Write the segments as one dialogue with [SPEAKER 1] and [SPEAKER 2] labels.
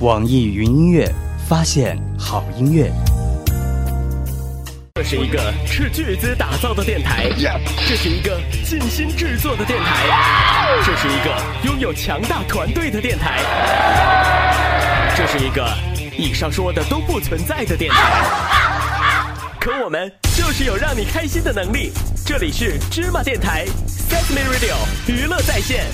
[SPEAKER 1] 网易云音乐，发现好音乐。
[SPEAKER 2] 这是一个斥巨资打造的电台，这是一个尽心制作的电台，这是一个拥有强大团队的电台，这是一个以上说的都不存在的电台。可我们就是有让你开心的能力。这里是芝麻电台 Sesame Radio 娱乐在线。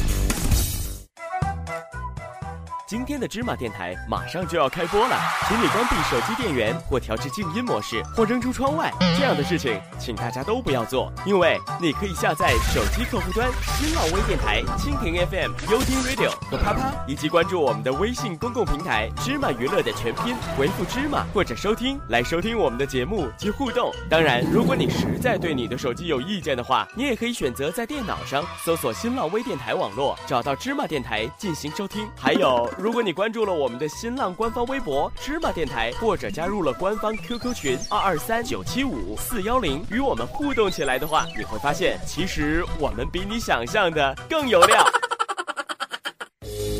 [SPEAKER 2] 今天的芝麻电台马上就要开播了，请你关闭手机电源或调至静音模式，或扔出窗外。这样的事情，请大家都不要做，因为你可以下载手机客户端、新浪微电台、蜻蜓 FM、优听 Radio 和啪啪，以及关注我们的微信公共平台“芝麻娱乐”的全拼，回复“芝麻”或者“收听”来收听我们的节目及互动。当然，如果你实在对你的手机有意见的话，你也可以选择在电脑上搜索新浪微电台网络，找到芝麻电台进行收听。还有，如果你关注了我们的新浪官方微博“芝麻电台”，或者加入了官方 QQ 群二二三九七五四幺零，与我们互动起来的话，你会发现，其实我们比你想象的更有料。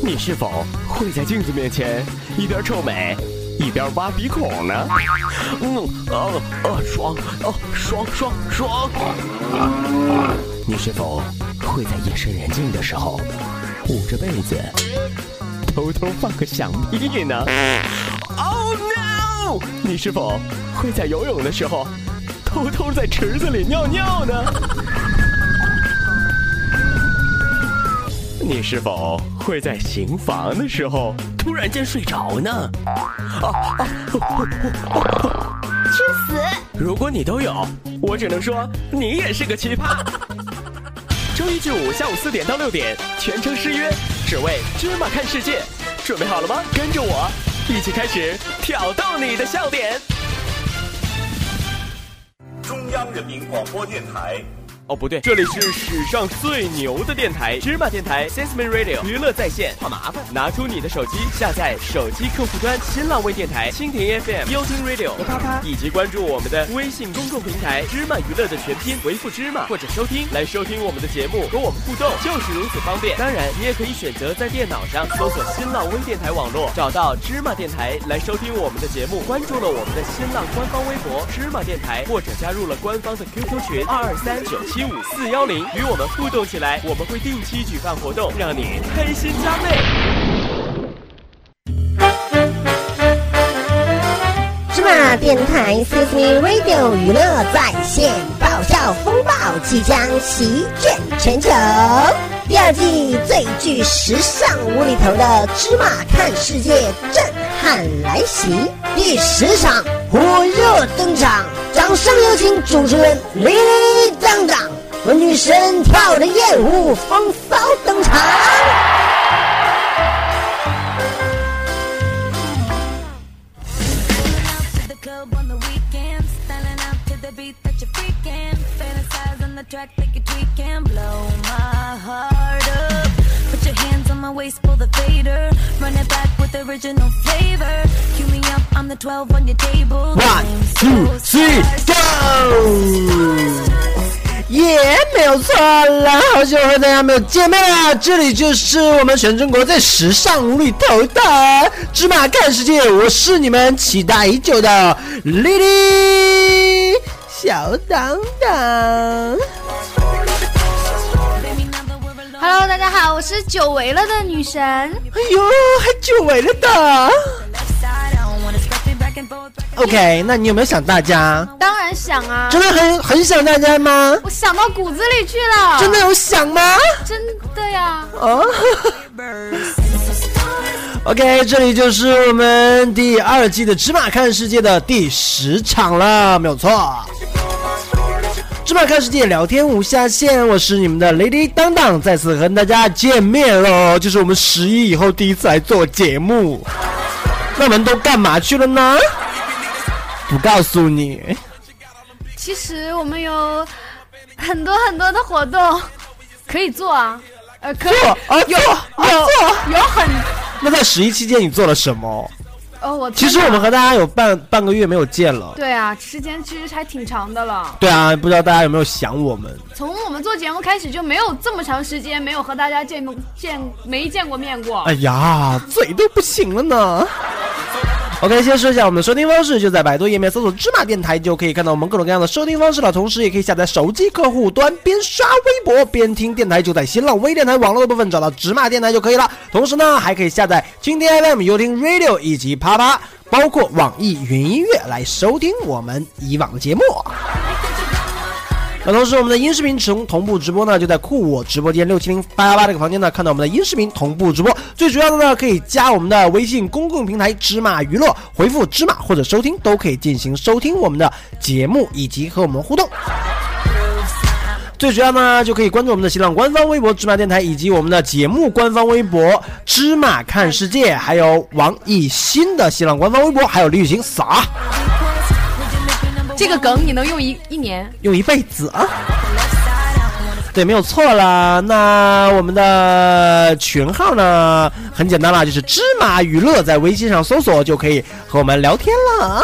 [SPEAKER 2] 你是否会在镜子面前一边臭美，一边挖鼻孔呢？嗯，呃呃，爽，哦，爽爽爽！你是否会在夜深人静的时候，捂着被子，偷偷放个响屁呢？Oh no！你是否会在游泳的时候，偷偷在池子里尿尿呢？你是否会在行房的时候突然间睡着呢？啊
[SPEAKER 3] 去死！
[SPEAKER 2] 如果你都有，我只能说你也是个奇葩。周一至五下午四点到六点，全程失约，只为芝麻看世界。准备好了吗？跟着我一起开始挑逗你的笑点。
[SPEAKER 4] 中央人民广播电台。
[SPEAKER 2] 哦，不对，这里是史上最牛的电台——芝麻电台 Sesame Radio 娱乐在线。好麻烦，拿出你的手机，下载手机客户端新浪微电台、蜻蜓 FM、优听 Radio 和啪啪，以及关注我们的微信公众平台“芝麻娱乐”的全拼，回复“芝麻”或者收听来收听我们的节目，和我们互动，就是如此方便。当然，你也可以选择在电脑上搜索新浪微电台网络，找到芝麻电台来收听我们的节目。关注了我们的新浪官方微博“芝麻电台”，或者加入了官方的 QQ 群二二三九七五四幺零，与我们互动起来。我们会定期举办活动，让你开心加倍。
[SPEAKER 3] 芝麻电台 CC Radio 娱乐在线，爆笑风暴即将席卷全球。第二季最具时尚无厘头的《芝麻看世界》震撼来袭，第十场火热登场，掌声有请主持人林当当和女神跳着艳舞风骚登场。
[SPEAKER 5] to the club on the weekend, styling out to the beat that you're freaking. Fantasize on the track that you're tweaking, blow my heart up. Put your hands on my waist, pull the fader, run it back with original flavor. Cue me up, I'm the 12 on your table.
[SPEAKER 6] One,
[SPEAKER 5] I'm
[SPEAKER 6] two,
[SPEAKER 5] so
[SPEAKER 6] three, go！耶、没有错啦！好久和大家没有见面啦，这里就是我们全中国最时尚无厘头的芝麻看世界，我是你们期待已久的丽丽小当哎当。
[SPEAKER 5] Baby, now that we're alone,
[SPEAKER 7] Hello，大家好，我是久违了的女神。
[SPEAKER 6] 哎呦，还久违了的。
[SPEAKER 5] left side, I don't wanna scrap it back and forth. back and-
[SPEAKER 6] OK，那你有没有想大家？
[SPEAKER 7] 当然想啊，
[SPEAKER 6] 真的很很想大家吗？
[SPEAKER 7] 我想到骨子里去了，
[SPEAKER 6] 真的有想吗？
[SPEAKER 7] 真的呀。
[SPEAKER 6] 哦。OK，这里就是我们第二季的《芝麻看世界》的第十场了，没有错。芝麻看世界，聊天无下限，我是你们的 Lady 当当，再次和大家见面喽，就是我们十一以后第一次来做节目。那我们都干嘛去了呢？不告诉你。
[SPEAKER 7] 其实我们有很多很多的活动可以做啊，呃，可以
[SPEAKER 6] 做啊
[SPEAKER 7] 有
[SPEAKER 6] 做啊
[SPEAKER 7] 有有很
[SPEAKER 6] 那在十一期间你做了什么？
[SPEAKER 7] 哦，我
[SPEAKER 6] 其实我们和大家有半半个月没有见了。
[SPEAKER 7] 对啊，时间其实还挺长的了。
[SPEAKER 6] 对啊，不知道大家有没有想我们？
[SPEAKER 7] 从我们做节目开始就没有这么长时间没有和大家见见没见过面过。
[SPEAKER 6] 哎呀，嘴都不行了呢。OK，先说一下我们的收听方式，就在百度页面搜索“芝麻电台”，就可以看到我们各种各样的收听方式了。同时，也可以下载手机客户端，边刷微博边听电台，就在新浪微电台网络的部分找到“芝麻电台”就可以了。同时呢，还可以下载蜻蜓 FM、优听 Radio 以及啪啪，包括网易云音乐来收听我们以往的节目。那同时，我们的音视频同同步直播呢，就在酷我直播间六七零八幺八这个房间呢，看到我们的音视频同步直播。最主要的呢，可以加我们的微信公共平台“芝麻娱乐”，回复“芝麻”或者“收听”，都可以进行收听我们的节目以及和我们互动。最主要呢，就可以关注我们的新浪官方微博“芝麻电台”，以及我们的节目官方微博“芝麻看世界”，还有王艺新的新浪官方微博，还有李雨晴撒
[SPEAKER 7] 这个梗你能用一一年？
[SPEAKER 6] 用一辈子啊。对，没有错啦。那我们的群号呢，很简单啦，就是芝麻娱乐，在微信上搜索就可以和我们聊天了啊。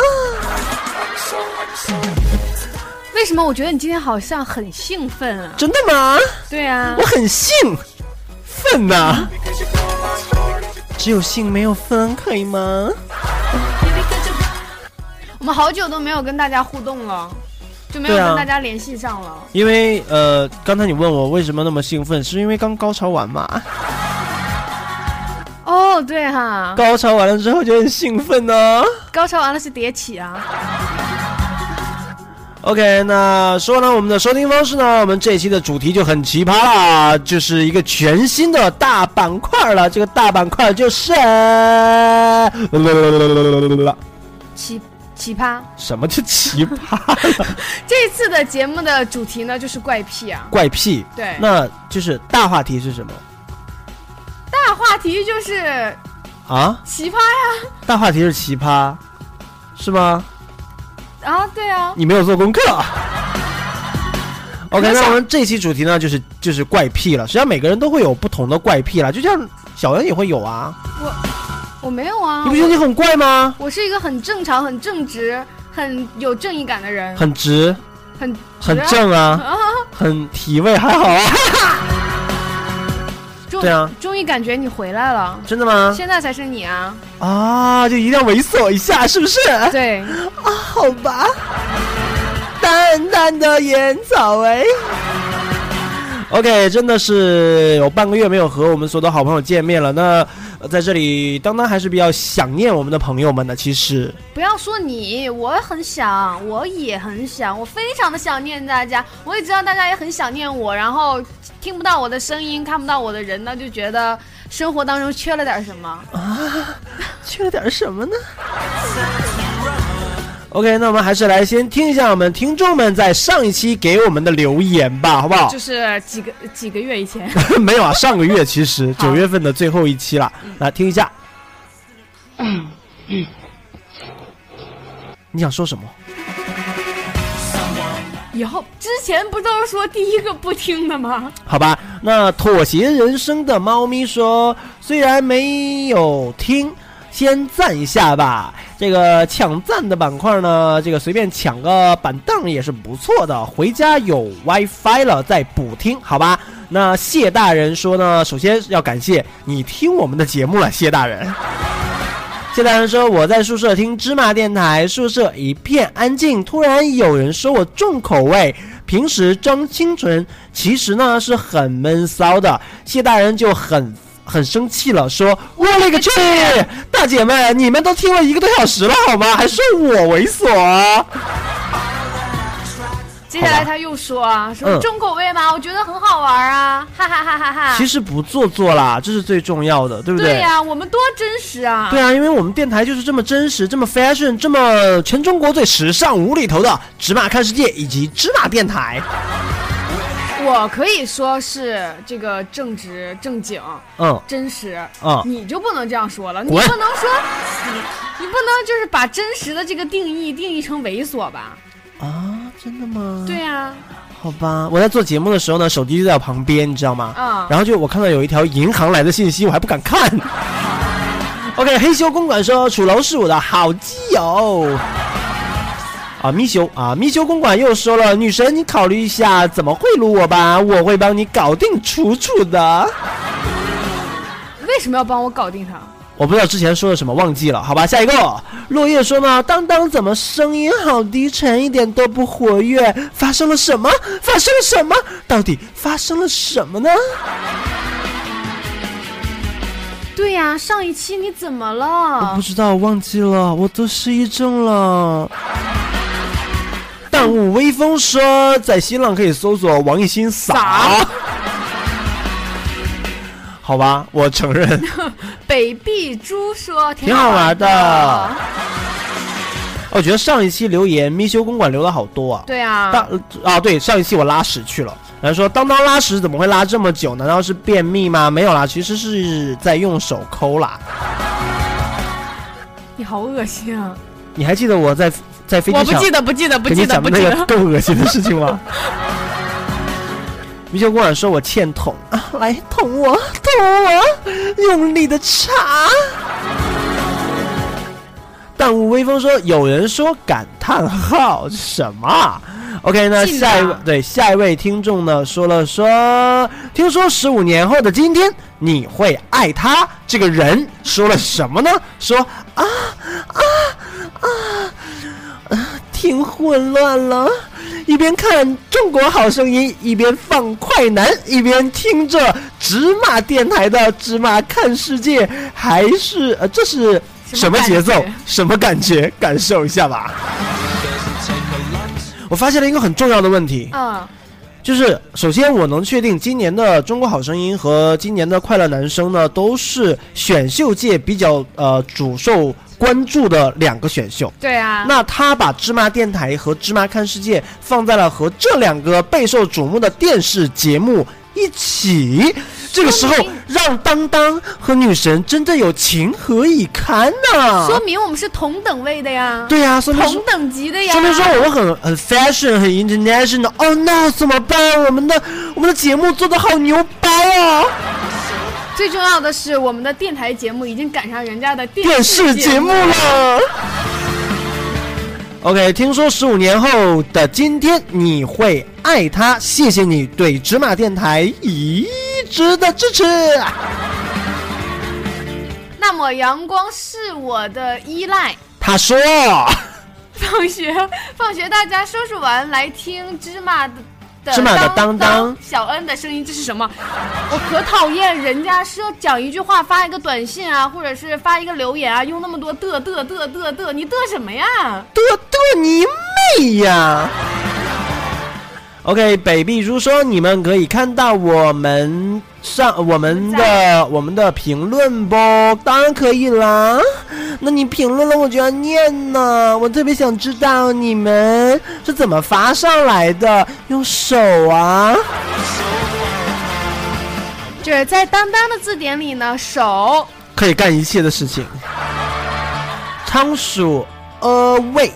[SPEAKER 7] 为什么我觉得你今天好像很兴奋啊？
[SPEAKER 6] 真的吗？
[SPEAKER 7] 对啊
[SPEAKER 6] 我，很兴奋呐、只有兴没有奋，可以吗？
[SPEAKER 7] 我们好久都没有跟大家互动了，就没有
[SPEAKER 6] 对啊
[SPEAKER 7] 跟大家联系上了。
[SPEAKER 6] 因为呃，刚才你问我为什么那么兴奋，是因为刚高潮完嘛？
[SPEAKER 7] 哦，对哈，
[SPEAKER 6] 高潮完了之后就很兴奋哦呢、
[SPEAKER 7] 高潮完了是迭起啊。
[SPEAKER 6] OK，那说完了我们的收听方式呢，我们这一期的主题就很奇葩啦，就是一个全新的大板块了。这个大板块就是
[SPEAKER 7] 奇奇葩，
[SPEAKER 6] 什么叫奇葩？
[SPEAKER 7] 这次的节目的主题呢就是怪癖啊。
[SPEAKER 6] 怪癖。
[SPEAKER 7] 对，
[SPEAKER 6] 那就是大话题是什么
[SPEAKER 7] 大话题就是
[SPEAKER 6] 啊？
[SPEAKER 7] 奇葩呀、
[SPEAKER 6] 大话题是奇葩，是吗？
[SPEAKER 7] 啊！对啊，
[SPEAKER 6] 你没有做功课。OK，
[SPEAKER 7] 我想
[SPEAKER 6] 那我们这期主题呢，就是就是怪癖了。实际上每个人都会有不同的怪癖啦，就像小恩也会有啊。
[SPEAKER 7] 我没有啊
[SPEAKER 6] 你不，觉得你很怪吗？
[SPEAKER 7] 我是一个很正常、很正直、很有正义感的人，
[SPEAKER 6] 很直，啊
[SPEAKER 7] 很
[SPEAKER 6] 很
[SPEAKER 7] 直啊
[SPEAKER 6] 正 啊，
[SPEAKER 7] 啊，
[SPEAKER 6] 很体味，还好啊。
[SPEAKER 7] 终
[SPEAKER 6] 对啊
[SPEAKER 7] 终于感觉你回来了，
[SPEAKER 6] 真的吗？
[SPEAKER 7] 现在才是你啊！
[SPEAKER 6] 啊，就一定要猥琐一下，是不是？
[SPEAKER 7] 对，
[SPEAKER 6] 好吧。淡淡的烟草味。OK，真的是有半个月没有和我们所有的好朋友见面了。那呃在这里，当当还是比较想念我们的朋友们的。其实，
[SPEAKER 7] 不要说你，我很想，我也很想，我非常的想念大家，我也知道大家也很想念我，然后听不到我的声音，看不到我的人呢，就觉得生活当中缺了点什么。
[SPEAKER 6] 缺了点什么呢？OK，那我们还是来先听一下我们听众们在上一期给我们的留言吧，好不好？
[SPEAKER 7] 就是几个几个月以前，
[SPEAKER 6] 没有啊，上个月其 实
[SPEAKER 7] 好
[SPEAKER 6] 九月份的最后一期了，来听一下。嗯你想说什么？
[SPEAKER 7] 以后之前不都是说第一个不听的吗？
[SPEAKER 6] 好吧，那妥协人生的猫咪说，虽然没有听，先赞一下吧。这个抢赞的板块呢，这个随便抢个板凳也是不错的。回家有 WiFi 了再补听，好吧？那谢大人说呢，首先要感谢你听我们的节目了，谢大人。 谢大人说：“我在宿舍听芝麻电台，宿舍一片安静。突然有人说我重口味，平时装清纯，其实呢是很闷骚的。”谢大人就很很生气了，说：“我勒个去！大姐们，你们都听了一个多小时了好吗？还说我猥琐啊？
[SPEAKER 7] 接下来他又说啊，说
[SPEAKER 6] 嗯
[SPEAKER 7] 重口味吗？我觉得很好玩啊，哈哈哈哈哈。
[SPEAKER 6] 其实不做作啦，这是最重要的，对不
[SPEAKER 7] 对呀、我们多真实啊！
[SPEAKER 6] 对啊，因为我们电台就是这么真实，这么 fashion，这么全中国最时尚无厘头的芝麻看世界以及芝麻电台。
[SPEAKER 7] 我可以说是这个正直、正经、
[SPEAKER 6] 嗯
[SPEAKER 7] 真实，
[SPEAKER 8] 啊
[SPEAKER 6] 嗯
[SPEAKER 7] 你就不能这样说了，你
[SPEAKER 6] 滚
[SPEAKER 7] 不能说，你不能就是把真实的这个定义定义成猥琐吧？
[SPEAKER 6] 啊，真的吗？
[SPEAKER 7] 对呀、
[SPEAKER 6] 好吧，我在做节目的时候呢，手机就在我旁边，你知道吗？
[SPEAKER 7] 啊
[SPEAKER 6] 然后就我看到有一条银行来的信息，我还不敢看。
[SPEAKER 8] OK，黑修公馆说楚楼是我的好基友。啊，咪修啊，咪修公馆又说了，女神，你考虑一下怎么贿赂我吧，我会帮你搞定楚楚的。
[SPEAKER 7] 为什么要帮我搞定他？
[SPEAKER 8] 我不知道之前说了什么，忘记了，好吧，下一个。落叶说嘛，当当怎么声音好低沉，一点都不活跃？发生了什么？发生了什么？到底发生了什么呢？
[SPEAKER 7] 对呀、上一期你怎么
[SPEAKER 8] 我
[SPEAKER 7] 了
[SPEAKER 8] 不？知道，忘记了，我都失忆症了。但武微风说，在新浪可以搜索王艺兴
[SPEAKER 7] 撒
[SPEAKER 8] 撒。好吧，我承 认。
[SPEAKER 7] 北壁猪说挺
[SPEAKER 8] 挺好玩的
[SPEAKER 7] 的。
[SPEAKER 8] 我觉得上一期留言咪修公馆留了好多啊。
[SPEAKER 7] 对啊，
[SPEAKER 8] 当啊，对，上一期我拉屎去了。然后说当当拉屎怎么会拉这么久？难道是便秘吗？没有啦，其实是在用手抠啦。
[SPEAKER 7] 你好恶心啊！
[SPEAKER 8] 你还记得我在在飞机
[SPEAKER 7] 我
[SPEAKER 8] 场
[SPEAKER 7] 不记得，不记得，不
[SPEAKER 8] 给
[SPEAKER 7] 记
[SPEAKER 8] 你
[SPEAKER 7] 得，
[SPEAKER 8] 讲
[SPEAKER 7] 不
[SPEAKER 8] 的
[SPEAKER 7] 记
[SPEAKER 8] 那个
[SPEAKER 7] 得。
[SPEAKER 8] 更恶心的事情 吗？米修公尔说：“我欠捅啊，来捅我，捅我，用力的插。”弹幕微风说：“有人说感叹号什么啊？”OK，那
[SPEAKER 7] 进
[SPEAKER 8] 下一
[SPEAKER 7] 吧
[SPEAKER 8] 位对下一位听众呢说了说，听说十五年后的今天你会爱他这个人，说了什么呢？说啊啊啊啊，挺混乱了，一边看《中国好声音》，一边放快男，一边听着芝麻电台的《芝麻看世界》，还是呃这是。
[SPEAKER 7] 什
[SPEAKER 8] 什
[SPEAKER 7] 么
[SPEAKER 8] 么
[SPEAKER 7] 感
[SPEAKER 8] 节奏
[SPEAKER 7] 觉？
[SPEAKER 8] 什么感觉？感受一下吧。我发现了一个很重要的问题，
[SPEAKER 7] 嗯，
[SPEAKER 8] 就是首先我能确定今年的《中国好声音》和今年的《快乐男声》呢，都是选秀界比较呃主受关注的两个选秀。
[SPEAKER 7] 对啊，
[SPEAKER 8] 那他把芝麻电台和芝麻看世界放在了和这两个备受瞩目的电视节目一起，这个时候让当当和女神真的有情何以堪呐、
[SPEAKER 7] 说明我们是同等位的呀，
[SPEAKER 8] 对呀、说明说
[SPEAKER 7] 同等级的呀。
[SPEAKER 8] 说明说我很很 fashion 很 international。哦，那怎么办？我们的我们的节目做的好牛掰啊！
[SPEAKER 7] 最重要的是，我们的电台节目已经赶上人家的
[SPEAKER 8] 电
[SPEAKER 7] 电
[SPEAKER 8] 视节目了。OK，听说十五年后的今天你会爱他，谢谢你对芝麻电台一直的支持。
[SPEAKER 7] 那么阳光是我的依赖。
[SPEAKER 8] 他说，
[SPEAKER 7] 放学，放学大家收拾完来听芝麻的。
[SPEAKER 8] 芝麻的当当
[SPEAKER 7] 小恩的声音，这是什么？我可讨厌人家说讲一句话发一个短信啊，或者是发一个留言啊，用那么多的的的的的，你的什么呀？
[SPEAKER 8] 嘚嘚你妹呀！OK，北壁猪说你们可以看到我们上我们的我们的评论不？当然可以啦。那你评论了，我就要念呢。我特别想知道你们是怎么发上来的，用手啊。
[SPEAKER 7] 就是在当当的字典里呢，手
[SPEAKER 8] 可以干一切的事情。仓鼠呃喂，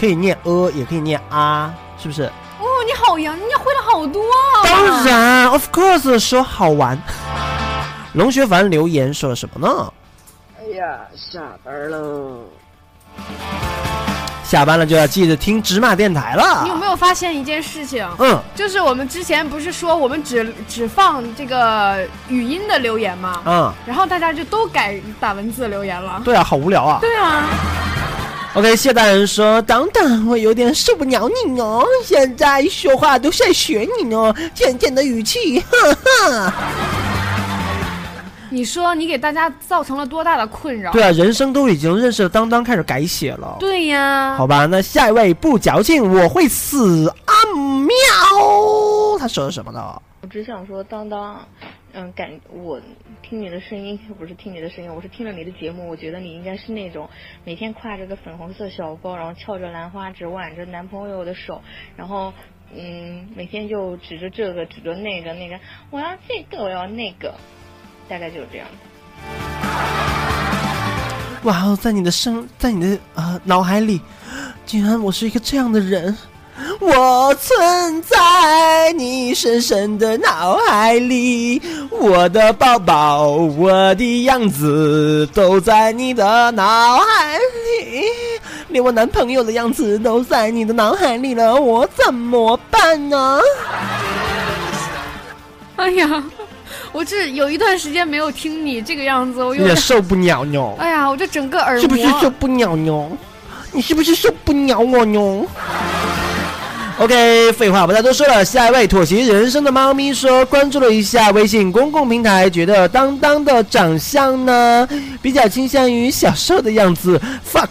[SPEAKER 8] 可以念呃，也可以念啊，是不是？
[SPEAKER 7] 哦，你好洋，你会了好多、啊。
[SPEAKER 8] 当，然，of course，说好玩。 龙学凡留言说了什么呢？
[SPEAKER 9] 哎呀，下班喽！
[SPEAKER 8] 下班了就要记得听芝麻电台
[SPEAKER 7] 你有
[SPEAKER 8] 了。
[SPEAKER 7] 没有发现一件事情？
[SPEAKER 8] 嗯，
[SPEAKER 7] 就是我们之前不是说我们只只放这个语音的留言吗？
[SPEAKER 8] 啊、
[SPEAKER 7] 然后大家就都改打文字留言了。
[SPEAKER 8] 对啊，好无聊啊。
[SPEAKER 7] 对啊，
[SPEAKER 8] OK，谢大人说，等等，我有点受不了你哦，现在说话都在学你呢，贱贱的语气，哈哈。
[SPEAKER 7] 你说你给大家造成了多大的困扰？
[SPEAKER 8] 对啊，人生都已经认识了当当，开始改写了。
[SPEAKER 7] 对呀，
[SPEAKER 8] 好吧，那下一位不矫情，我会死啊！喵，他说了什么呢？
[SPEAKER 10] 我只想说，当当，嗯，感我听你的声音，又不是听你的声音，我是听了你的节目，我觉得你应该是那种每天挎着个粉红色小包，然后翘着兰花指，挽着男朋友的手，然后嗯，每天就指着这个指着那个那个，我要这个，我要那个，大概就是这样。
[SPEAKER 8] 哇哦，在你的生，在你的呃脑海里，竟然我是一个这样的人，我存在你深深的脑海里，我的宝宝，我的样子都在你的脑海里，连我男朋友的样子都在你的脑海里了，我怎么办呢？
[SPEAKER 7] 哎呀，我这有一段时间没有听你这个样子，我有点，
[SPEAKER 8] 受不了哟，
[SPEAKER 7] 哎呀，我这整个耳膜，
[SPEAKER 8] 是不是受不了哟？你是不是受不了我哟？OK，废话不再多说了，下一位妥协人生的猫咪说，关注了一下微信公共平台，觉得当当的长相呢比较倾向于小时候的样子，fuck。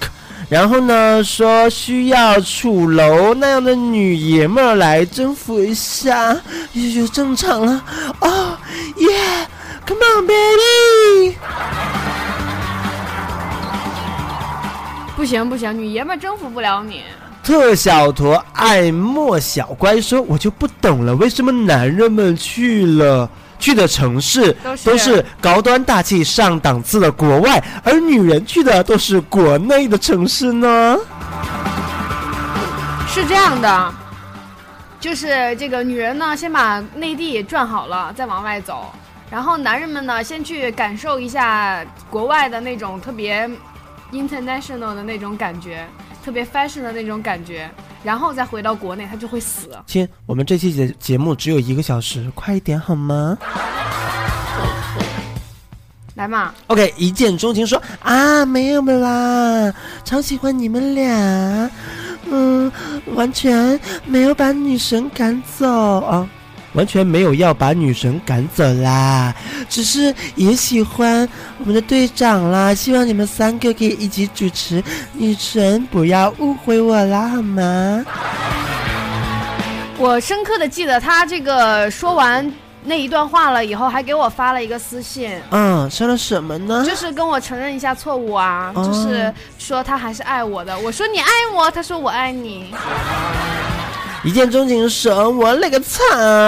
[SPEAKER 8] 然后呢，说需要楚楼那样的女爷们儿来征服一下，也就正常了。哦、耶 c o m e on baby。
[SPEAKER 7] 不行不行，女爷们儿征服不了你。
[SPEAKER 8] 特小驼爱莫小乖说：“我就不懂了，为什么男人们去了去的城市
[SPEAKER 7] 都是
[SPEAKER 8] 都是高端大气上档次的国外，而女人去的都是国内的城市呢？
[SPEAKER 7] 是这样的，就是这个女人呢，先把内地转好了，再往外走。然后男人们呢，先去感受一下国外的那种特别 international 的那种感觉，特别 fashion 的那种感觉，然后再回到国内，他就会死。
[SPEAKER 8] 亲，我们这期节节目只有一个小时，快一点好吗
[SPEAKER 7] 来嘛，
[SPEAKER 8] ？”OK，一见钟情说：“啊，没有啦，超喜欢你们俩，嗯，完全没有把女神赶走啊。”完全没有要把女神赶走啦，只是也喜欢我们的队长啦。希望你们三个可以一起主持，女神不要误会我啦，好吗？
[SPEAKER 7] 我深刻的记得他这个说完那一段话了以后，还给我发了一个私信。
[SPEAKER 8] 嗯，说了什么呢？
[SPEAKER 7] 就是跟我承认一下错误啊，
[SPEAKER 8] 哦
[SPEAKER 7] 就是说他还是爱我的。我说你爱我，他说我爱你。
[SPEAKER 8] 一见钟情说：“我勒个擦！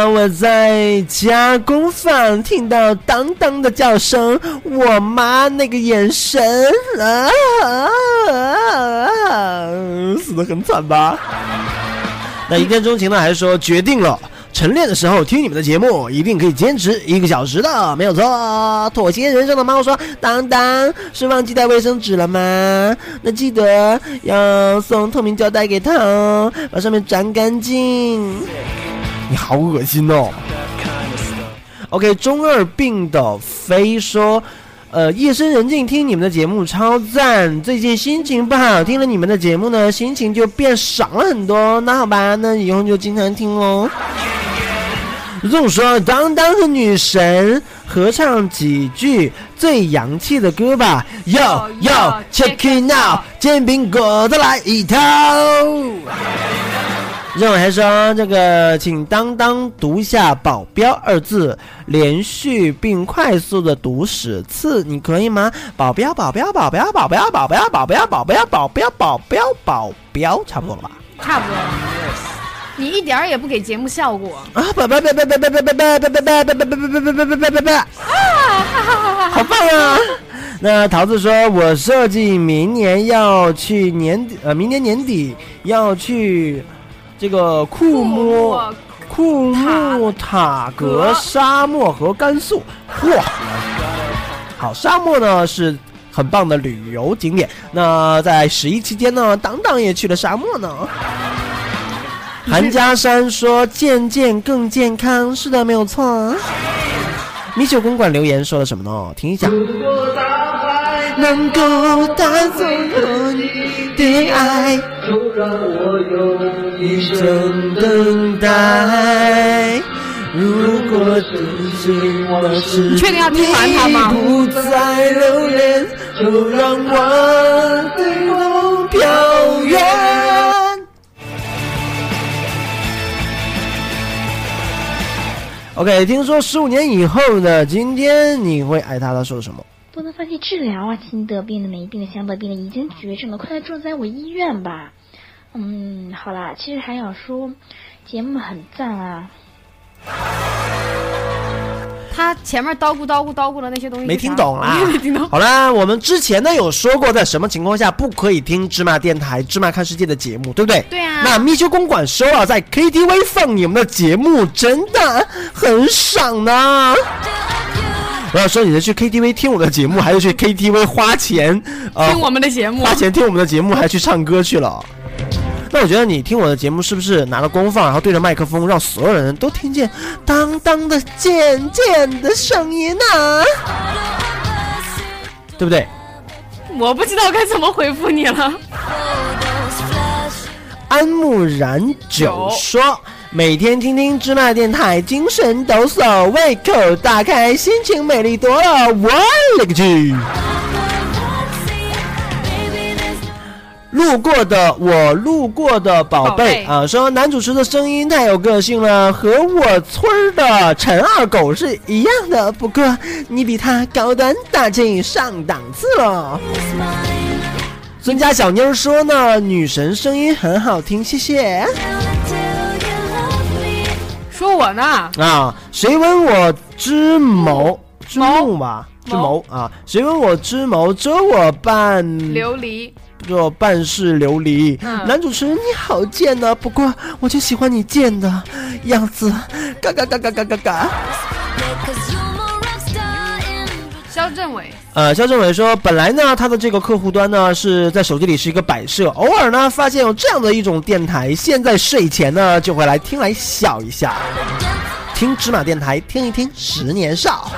[SPEAKER 8] 我在家公放，听到当当的叫声，我妈那个眼神，啊啊啊啊死的很惨吧？”那一见钟情呢，还是说决定了。晨练的时候听你们的节目，一定可以坚持一个小时的，没有错。妥协人生的猫说：“当当是忘记带卫生纸了吗？那记得要送透明胶带给他哦，把上面粘干净。”你好恶心哦。OK，中二病的飞说。呃，夜深人静听你们的节目超赞，最近心情不好，听了你们的节目呢，心情就变爽了很多。那好吧，那以后就经常听哦喽。用说当当的女神合唱几句最洋气的歌吧，Yo Yo Check It Out，煎饼果子来一套。任伟还说：“这个，请当当读一下‘保镖’二字，连续并快速的读十次，你可以吗？保镖，保镖，保镖，保镖，保镖，保镖，保镖，保镖，保镖，保镖，差不多了吧？
[SPEAKER 7] 差不多了。你一点儿也不给节目效果，
[SPEAKER 8] 啊，保镖，保镖，保镖，保镖，保镖，保镖，保镖，保镖，保镖，保镖，保镖，保好棒啊！那桃子说：“我设计明年要去年底，呃，明年年底要去这个库
[SPEAKER 7] 木
[SPEAKER 8] 摸。”库木塔格沙漠和甘肃，嚯！好，沙漠呢是很棒的旅游景点。那在十一期间呢，当当也去了沙漠呢。韩家山说：“健健更健康，是的，没有错、啊。”米酒公馆留言说了什么呢？听一下。能够带走你的爱，一生等待。如果真心往事，
[SPEAKER 7] 你确定要听完它吗
[SPEAKER 8] 你不再留恋，就让我对梦飘远。OK，听说十五年以后的今天，你会爱他？他说什么？
[SPEAKER 10] 不能放弃治疗啊！亲得病的、没病的、想得病的，已经绝症了，快来住在我医院吧！嗯，好啦，其实还想说，节目很赞啊，
[SPEAKER 7] 他前面叨咕叨咕叨咕的那些东西
[SPEAKER 8] 没
[SPEAKER 7] 是啥
[SPEAKER 8] 听懂啦
[SPEAKER 7] 没听懂。啊
[SPEAKER 8] 好啦，我们之前呢有说过，在什么情况下不可以听芝麻电台、芝麻看世界的节目，对不对？
[SPEAKER 7] 对啊
[SPEAKER 8] 那咪秋公馆收了，在 KTV 放你们的节目，真的很爽呢、啊
[SPEAKER 11] Do I
[SPEAKER 8] 我想说，你是去 KTV 听我的节目，还是去 KTV 花钱呃
[SPEAKER 7] 听我们的节目
[SPEAKER 8] 花，钱听我们的节目，还去唱歌去了？那我觉得你听我的节目是不是拿了功放，然后对着麦克风，让所有人都听见当当的渐渐的声音啊，对不对？
[SPEAKER 7] 我不知道该怎么回复你了。
[SPEAKER 8] 安慕然九说：“每天听听芝麻电台，精神抖擞，胃口大开，心情美丽多了。”我勒个去！路过的我，路过的宝贝
[SPEAKER 7] 宝贝
[SPEAKER 8] 啊，说男主持的声音太有个性了，和我村儿的陈二狗是一样的，不过你比他高端大气上档次了。孙家小妞儿说呢，女神声音很好听，谢谢。
[SPEAKER 7] 说我呢？
[SPEAKER 8] 啊，谁问我之谋之梦吧？之
[SPEAKER 7] 谋
[SPEAKER 8] 谋啊，谁问我之谋？遮我半
[SPEAKER 7] 琉璃，
[SPEAKER 8] 这办事琉璃。
[SPEAKER 7] 嗯
[SPEAKER 8] 男主持人你好贱呐、不过我就喜欢你贱的样子，嘎嘎嘎嘎嘎嘎嘎。
[SPEAKER 7] 肖政委，
[SPEAKER 8] 呃，肖政委说，本来呢，他的这个客户端呢是在手机里是一个摆设，偶尔呢发现有这样的一种电台，现在睡前呢就会来听来笑一下，听芝麻电台，听一听十年少。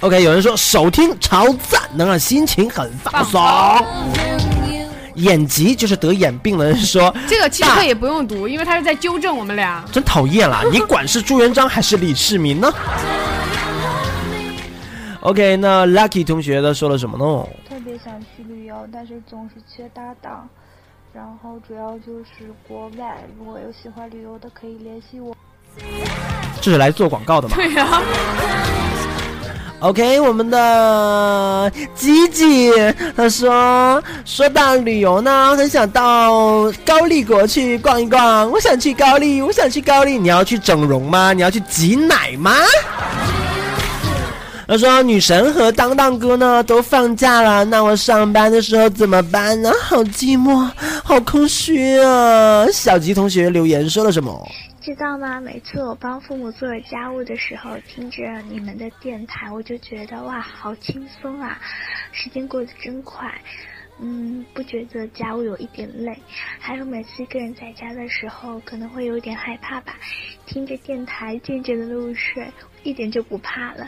[SPEAKER 8] OK，有人说首听超赞，能让心情很放松。眼疾就是得眼病的人说，
[SPEAKER 7] 这个其实
[SPEAKER 8] 大
[SPEAKER 7] 可以不用读，因为他是在纠正我们俩。
[SPEAKER 8] 真讨厌啦！你管是朱元璋还是李世民 呢？OK，那 Lucky 同学他说了什么呢？
[SPEAKER 5] 特别想去旅游，但是总是缺搭档。然后主要就是国外，如果有喜欢旅游的可以联系我。
[SPEAKER 8] 这是来做广告的吗
[SPEAKER 7] 对呀、
[SPEAKER 8] ？OK，我们的吉吉他说，说到旅游呢，很想到高丽国去逛一逛。我想去高丽，我想去高丽。你要去整容吗？你要去挤奶吗？他说：“女神和当当哥呢都放假了，那我上班的时候怎么办呢？好寂寞，好空虚啊！”小吉同学留言说了什么？
[SPEAKER 5] 知道吗？每次我帮父母做家务的时候，听着你们的电台，我就觉得哇，好轻松啊！时间过得真快，嗯，不觉得家务有一点累。还有每次一个人在家的时候，可能会有点害怕吧，听着电台渐渐的入睡，一点就不怕了。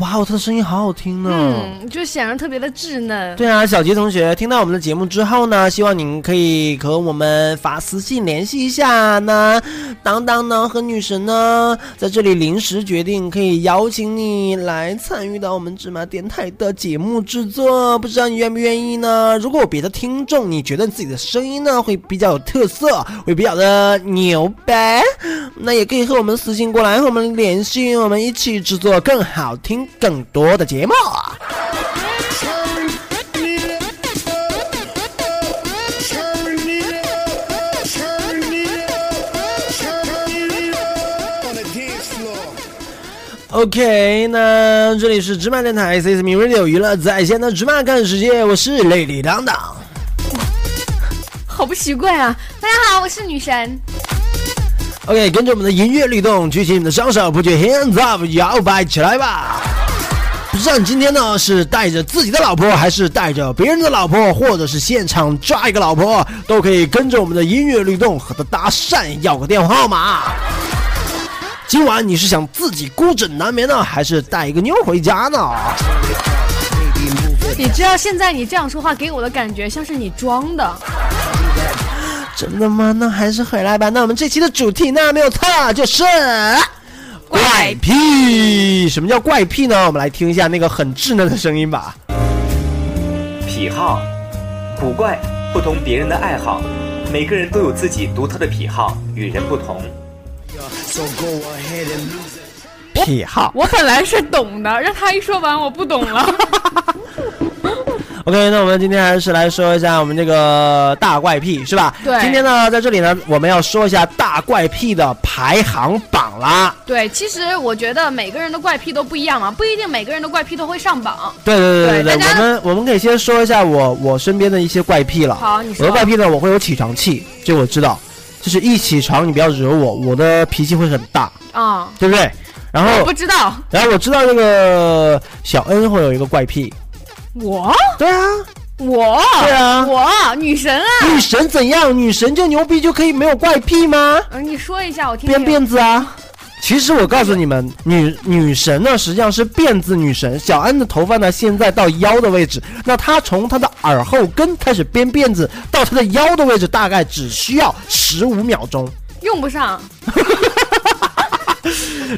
[SPEAKER 8] 哇哦，他的声音好好听啊呢、
[SPEAKER 7] 嗯，就显得特别的稚嫩。
[SPEAKER 8] 对啊，小杰同学，听到我们的节目之后呢，希望您可以和我们发私信联系一下。那当当呢和女神呢，在这里临时决定可以邀请你来参与到我们芝麻电台的节目制作，不知道你愿不愿意呢？如果有别的听众，你觉得自己的声音呢会比较有特色，会比较的牛掰，那也可以和我们私信过来，和我们联系，我们一起制作更好听、更多的节目。OK，那这里是芝麻电台 C S M Radio 娱乐在线的芝麻看世界，我是泪里当当。
[SPEAKER 7] 好不习惯啊！大家好，我是女神。
[SPEAKER 8] OK，跟着我们的音乐律动，举起你的双手，不觉 hands up，摇摆起来吧。不知道你今天呢是带着自己的老婆，还是带着别人的老婆，或者是现场抓一个老婆，都可以跟着我们的音乐律动和他搭讪，要个电话号码。今晚你是想自己孤枕难眠呢，还是带一个妞回家呢？
[SPEAKER 7] 你知道现在你这样说话给我的感觉像是你装的。
[SPEAKER 8] 真的吗？那还是回来吧。那我们这期的主题呢，没有错，就是怪癖。什么叫怪癖呢？我们来听一下那个很稚嫩的声音吧。
[SPEAKER 6] 癖好，古怪，不同别人的爱好，每个人都有自己独特的癖好，与人不同。
[SPEAKER 8] 癖好。
[SPEAKER 7] 我本来是懂的，让他一说完我不懂 了。
[SPEAKER 8] OK，那我们今天还是来说一下我们这个大怪癖，是吧？
[SPEAKER 7] 对
[SPEAKER 8] 今天呢，在这里呢，我们要说一下大怪癖的排行榜啦。
[SPEAKER 7] 对，其实我觉得每个人的怪癖都不一样啊嘛，不一定每个人的怪癖都会上榜。
[SPEAKER 8] 对对对
[SPEAKER 7] 对大
[SPEAKER 8] 我
[SPEAKER 7] 家
[SPEAKER 8] 们我们可以先说一下我我身边的一些怪癖了。
[SPEAKER 7] 好你说
[SPEAKER 8] 我的怪癖呢，我会有起床气，这我知道。就是一起床你不要惹我，我的脾气会很大，
[SPEAKER 7] 啊、
[SPEAKER 8] 对不对？然后
[SPEAKER 7] 我不知道
[SPEAKER 8] 然后我知道那个小恩会有一个怪癖，
[SPEAKER 7] 我，
[SPEAKER 8] 对啊，
[SPEAKER 7] 我，
[SPEAKER 8] 对啊
[SPEAKER 7] 我女神啊，
[SPEAKER 8] 女神怎样？女神就牛逼就可以没有怪癖吗？
[SPEAKER 7] 嗯，你说一下我听
[SPEAKER 8] 编
[SPEAKER 7] 听。
[SPEAKER 8] 辫子啊！其实我告诉你们，女女神呢实际上是辫子女神。小安的头发呢现在到腰的位置，那她从她的耳后根开始编辫子，到她的腰的位置大概只需要十五秒钟，
[SPEAKER 7] 用不上，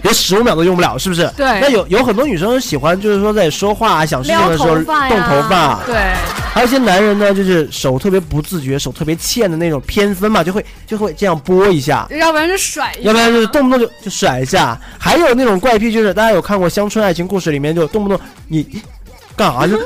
[SPEAKER 8] 连十五秒都用不了，是不是？
[SPEAKER 7] 对
[SPEAKER 8] 那有有很多女生喜欢，就是说在说话啊、想事情
[SPEAKER 7] 撩
[SPEAKER 8] 的时候
[SPEAKER 7] 头
[SPEAKER 8] 动
[SPEAKER 7] 发呀，
[SPEAKER 8] 头发，
[SPEAKER 7] 对，
[SPEAKER 8] 还有一些男人呢，就是手特别不自觉，手特别欠的那种偏分嘛，就会就会这样拨一下，
[SPEAKER 7] 要不然就甩一下，
[SPEAKER 8] 要不然就是动不动就就甩一下。还有那种怪癖，就是大家有看过《乡村爱情故事》里面，就动不动你干啥去？
[SPEAKER 7] 嗯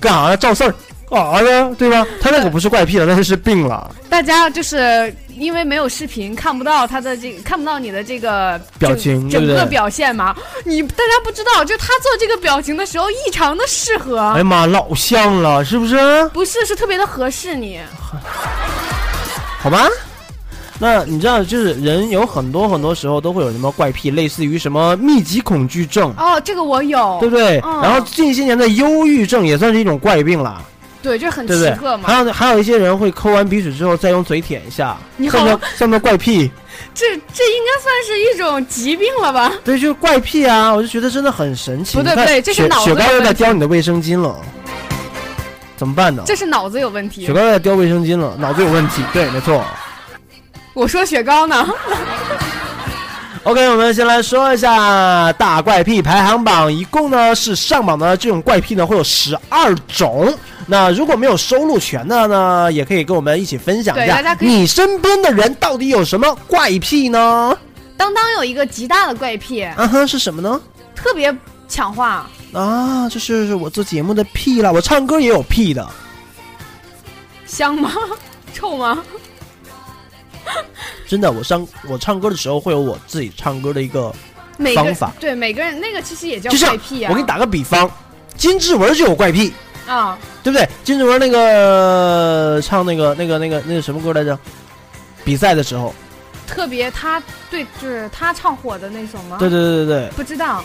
[SPEAKER 8] 干啥呀？赵四儿干啥呀？对吧？他那个不是怪癖了，那就是病了。
[SPEAKER 7] 大家就是因为没有视频，看不到他的这个，看不到你的这个
[SPEAKER 8] 表情
[SPEAKER 7] 整
[SPEAKER 8] 对
[SPEAKER 7] 整
[SPEAKER 8] 不对
[SPEAKER 7] 个表现嘛。你大家不知道，就他做这个表情的时候异常的适合，
[SPEAKER 8] 哎呀妈，老像了，是不是？
[SPEAKER 7] 不是是特别的合适你。
[SPEAKER 8] 好吧。那你知道，就是人有很多很多时候都会有什么怪癖，类似于什么密集恐惧症，
[SPEAKER 7] 哦，这个我有，
[SPEAKER 8] 对不对？
[SPEAKER 7] 嗯、
[SPEAKER 8] 然后近些年的忧郁症也算是一种怪病了，
[SPEAKER 7] 对，就很
[SPEAKER 8] 对不
[SPEAKER 7] 奇
[SPEAKER 8] 对
[SPEAKER 7] 特？
[SPEAKER 8] 还
[SPEAKER 7] 嘛。
[SPEAKER 8] 有还有一些人会抠完鼻屎之后再用嘴舔一下，
[SPEAKER 7] 你
[SPEAKER 8] 像
[SPEAKER 7] 好
[SPEAKER 8] 不像像不像怪癖？
[SPEAKER 7] 这这应该算是一种疾病了吧？
[SPEAKER 8] 对，就是怪癖啊！我就觉得真的很神奇。
[SPEAKER 7] 不对
[SPEAKER 8] 你看
[SPEAKER 7] 不对这是
[SPEAKER 8] 雪
[SPEAKER 7] 脑子
[SPEAKER 8] 雪
[SPEAKER 7] 有
[SPEAKER 8] 糕又在
[SPEAKER 7] 问题
[SPEAKER 8] 叼你的卫生巾了，怎么办呢？
[SPEAKER 7] 这是脑子有问题
[SPEAKER 8] 雪。糕又在叼卫生巾了，脑子有问题。对，没错。
[SPEAKER 7] 我说雪糕呢？
[SPEAKER 8] OK，我们先来说一下大怪癖排行榜，一共呢是上榜的这种怪癖呢会有十二种。那如果没有收录全的呢，也可以跟我们一起分享一
[SPEAKER 7] 对大家
[SPEAKER 8] 下，
[SPEAKER 7] 可以
[SPEAKER 8] 你身边的人到底有什么怪癖呢？
[SPEAKER 7] 当当有一个极大的怪癖，
[SPEAKER 8] 啊哈，是什么呢？
[SPEAKER 7] 特别抢话。
[SPEAKER 8] 啊，这是我做节目的屁啦，我唱歌也有屁的。
[SPEAKER 7] 香吗？ 臭吗？
[SPEAKER 8] 真的，我唱我唱歌的时候会有我自己唱歌的一个
[SPEAKER 7] 每个
[SPEAKER 8] 方法，
[SPEAKER 7] 对每个人那个其实也叫
[SPEAKER 8] 就像
[SPEAKER 7] 怪癖啊。
[SPEAKER 8] 我给你打个比方，金志文就有怪癖，
[SPEAKER 7] 啊，
[SPEAKER 8] 对不对？金志文那个唱那个那个那个那个什么歌来着？比赛的时候，
[SPEAKER 7] 特别他对，就是他唱火的那首吗？
[SPEAKER 8] 对对对对对，
[SPEAKER 7] 不知道，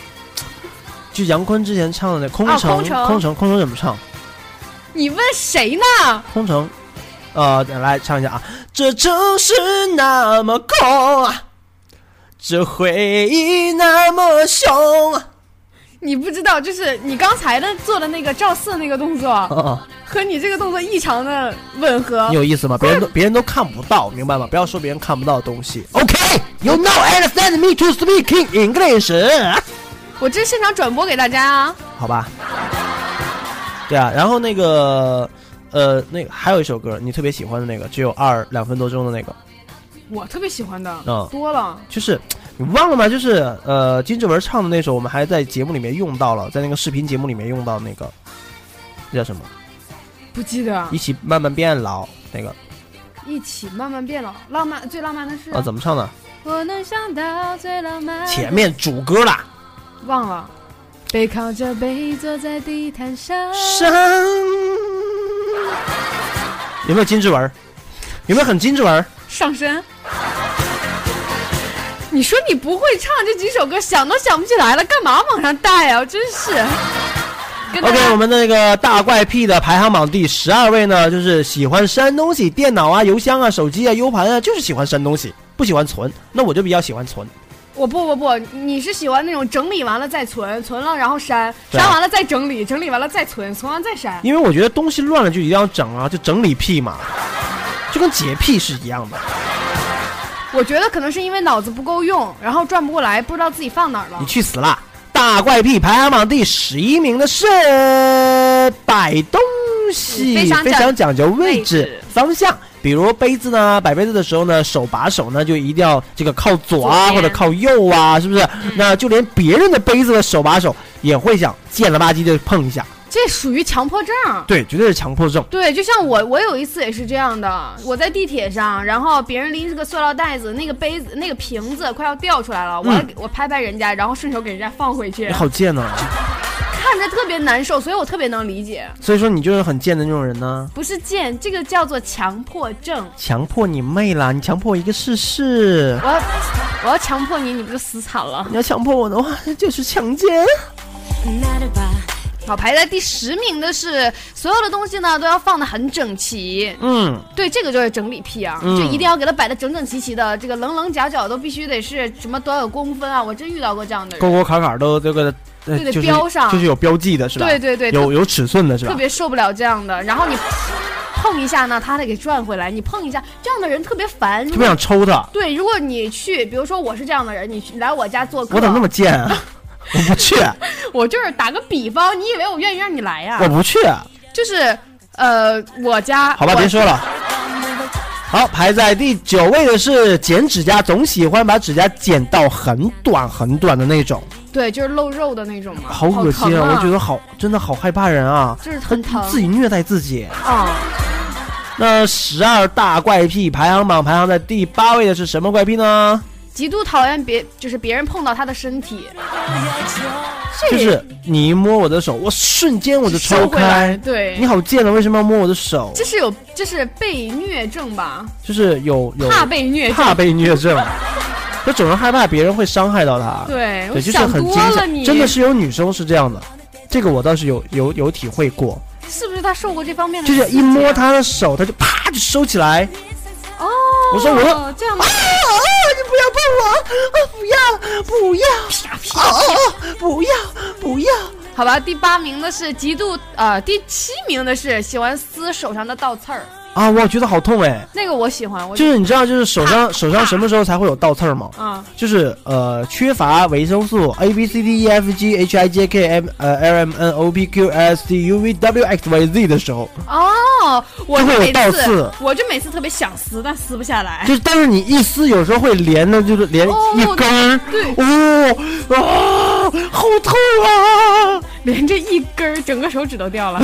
[SPEAKER 8] 就杨坤之前唱的那《空
[SPEAKER 7] 啊
[SPEAKER 8] 城》，
[SPEAKER 7] 空城
[SPEAKER 8] 空城，空城怎么唱？
[SPEAKER 7] 你问谁呢？
[SPEAKER 8] 空城，呃，来唱一下啊！这城市那么空啊，这回忆那么凶啊！
[SPEAKER 7] 你不知道，就是你刚才的做的那个赵四那个动
[SPEAKER 8] 啊
[SPEAKER 7] 作，
[SPEAKER 8] 啊，
[SPEAKER 7] 和你这个动作异常的吻合
[SPEAKER 8] 你。有意思吗？别人都别人都看不到，明白吗？不要说别人看不到的东西。OK，you、know understand me to speak in English，
[SPEAKER 7] 我这现场转播给大家啊。
[SPEAKER 8] 好吧？对啊，然后那个，呃，那个还有一首歌你特别喜欢的那个，只有二两分多钟的那个，
[SPEAKER 7] 我特别喜欢的，
[SPEAKER 8] 嗯
[SPEAKER 7] 多了。
[SPEAKER 8] 就是你忘了吗？就是呃，金志文唱的那首，我们还在节目里面用到了，在那个视频节目里面用到那个，那叫什么？
[SPEAKER 7] 不记得
[SPEAKER 8] 一起慢慢变老那个
[SPEAKER 7] 一起慢慢变老，浪漫最浪漫的事
[SPEAKER 8] 啊，怎么唱的？
[SPEAKER 7] 我能想到最浪漫。
[SPEAKER 8] 前面主歌啦。
[SPEAKER 7] 忘了，背靠着背坐在地毯上，
[SPEAKER 8] 山。有没有金志文儿？有没有很金志文儿？
[SPEAKER 7] 上身。你说你不会唱这几首歌，想都想不起来了，干嘛往上带呀、我真是。跟大
[SPEAKER 8] OK，
[SPEAKER 7] 家
[SPEAKER 8] 我们的那个大怪癖的排行榜第十二位呢，就是喜欢删东西，电脑啊、邮箱啊、手机啊、U 盘啊，就是喜欢删东西，不喜欢存。那我就比较喜欢存，
[SPEAKER 7] 我不不不，你是喜欢那种整理完了再存，存了然后删，
[SPEAKER 8] 对啊
[SPEAKER 7] 删完了再整理，整理完了再存，存完再删。
[SPEAKER 8] 因为我觉得东西乱了就一定要整啊，就整理癖嘛，就跟洁癖是一样的。
[SPEAKER 7] 我觉得可能是因为脑子不够用，然后转不过来，不知道自己放哪儿了
[SPEAKER 8] 你。去死啦！大怪癖排行榜第十一名的是摆东西，
[SPEAKER 7] 嗯非
[SPEAKER 8] 非
[SPEAKER 7] 常讲
[SPEAKER 8] 常讲究位置
[SPEAKER 7] 位置
[SPEAKER 8] 方向。比如杯子呢，摆杯子的时候呢，手把手呢就一定要这个靠左啊，
[SPEAKER 7] 左边嗯
[SPEAKER 8] 或者靠右啊，是不是？那就连别人的杯子的手把手也会想贱了吧唧的碰一下，
[SPEAKER 7] 这属于强迫症。
[SPEAKER 8] 对，绝对是强迫症。
[SPEAKER 7] 对，就像我，我有一次也是这样的，我在地铁上，然后别人拎着个塑料袋子，那个杯子、那个瓶子快要掉出来了，我要
[SPEAKER 8] 嗯哎哦
[SPEAKER 7] 给我拍拍人家，然后顺手给人家放回去
[SPEAKER 8] 你。好贱呢、
[SPEAKER 7] 看着特别难受，所以我特别能理解。
[SPEAKER 8] 所以说你就是很贱的那种人呢、
[SPEAKER 7] 不是贱，这个叫做强迫症。
[SPEAKER 8] 强迫你妹啦！你强迫我一个试试
[SPEAKER 7] 我，要我要强迫你，你不就死惨了？
[SPEAKER 8] 你要强迫我的话就是强奸。
[SPEAKER 7] 好，排在第十名的是所有的东西呢都要放的很整齐。
[SPEAKER 8] 嗯，
[SPEAKER 7] 对，这个就是整理癖啊，
[SPEAKER 8] 嗯
[SPEAKER 7] 就一定要给它摆的整整齐齐的，这个棱棱角角都必须得是什么多少公分啊！我真遇到过这样的
[SPEAKER 8] 沟
[SPEAKER 7] 人，
[SPEAKER 8] 沟坎坎都这个呃
[SPEAKER 7] 对得
[SPEAKER 8] 就是
[SPEAKER 7] 标上
[SPEAKER 8] 就是有标记的是吧？
[SPEAKER 7] 对对对
[SPEAKER 8] 有
[SPEAKER 7] 特
[SPEAKER 8] 有尺寸的是吧？
[SPEAKER 7] 特别受不了这样的。然后你碰一下呢，他得给转回来；你碰一下，这样的人特别烦。
[SPEAKER 8] 特别想抽他，
[SPEAKER 7] 对，如果你去，比如说我是这样的人，你去来我家做客，
[SPEAKER 8] 我怎么那么贱 啊？我不去，
[SPEAKER 7] 啊我就是打个比方，你以为我愿意让你来呀、
[SPEAKER 8] 我不去。
[SPEAKER 7] 就是呃，我家
[SPEAKER 8] 好吧，
[SPEAKER 7] 我
[SPEAKER 8] 别说了。好，排在第九位的是剪指甲，总喜欢把指甲剪到很短很短的那种，
[SPEAKER 7] 对，就是露肉的那种嘛，
[SPEAKER 8] 好恶心
[SPEAKER 7] 疼啊！
[SPEAKER 8] 我觉得好，真的好害怕人啊，
[SPEAKER 7] 就是很疼
[SPEAKER 8] 自己虐待自己。
[SPEAKER 7] 啊、
[SPEAKER 8] 那十二大怪癖排行榜排行在第八位的是什么怪癖呢？
[SPEAKER 7] 极度讨厌别就是别人碰到他的身体，
[SPEAKER 8] 就
[SPEAKER 7] 这
[SPEAKER 8] 是你一摸我的手，我瞬间我就抽
[SPEAKER 7] 收回来
[SPEAKER 8] 开。
[SPEAKER 7] 对
[SPEAKER 8] 你好贱的，啊为什么要摸我的手？
[SPEAKER 7] 这是有这是被虐症吧？
[SPEAKER 8] 就是有有
[SPEAKER 7] 怕被虐症
[SPEAKER 8] 怕被虐症，就总是害怕别人会伤害到他。
[SPEAKER 7] 对我
[SPEAKER 8] 对，就是
[SPEAKER 7] 想
[SPEAKER 8] 很
[SPEAKER 7] 多
[SPEAKER 8] 惊
[SPEAKER 7] 了
[SPEAKER 8] 险，
[SPEAKER 7] 你
[SPEAKER 8] 真的是有女生是这样的，这个我倒是有有有体会过，
[SPEAKER 7] 是不是他受过这方面的
[SPEAKER 8] 就
[SPEAKER 7] 刺激啊？
[SPEAKER 8] 是一摸她的手，她就啪就收起来。
[SPEAKER 7] 哦，
[SPEAKER 8] 我说我说
[SPEAKER 7] 这样吗？啊
[SPEAKER 8] 你不要碰我，啊不要不要，
[SPEAKER 7] 啪啪
[SPEAKER 8] 哦哦哦不要不要。
[SPEAKER 7] 好吧，第八名的是极度呃，第七名的是喜欢撕手上的倒刺儿，
[SPEAKER 8] 啊，我觉得好痛哎！
[SPEAKER 7] 那个我喜欢，我
[SPEAKER 8] 就是你知道，就是手上手上什么时候才会有倒刺儿吗？
[SPEAKER 7] 啊，
[SPEAKER 8] 就是呃，缺乏维生素 A B C D E F G H I J K M 呃 L M N O P Q S T U V W X Y Z 的时候，
[SPEAKER 7] 哦，我就
[SPEAKER 8] 就会有
[SPEAKER 7] 每
[SPEAKER 8] 倒
[SPEAKER 7] 次
[SPEAKER 8] 刺
[SPEAKER 7] 我就每次特别想撕，但撕不下来
[SPEAKER 8] 就。是但是你一撕，有时候会连的，就是连
[SPEAKER 7] 哦
[SPEAKER 8] 一根儿，
[SPEAKER 7] 对
[SPEAKER 8] 哦啊，好痛啊！
[SPEAKER 7] 连着一根儿，整个手指都掉 了。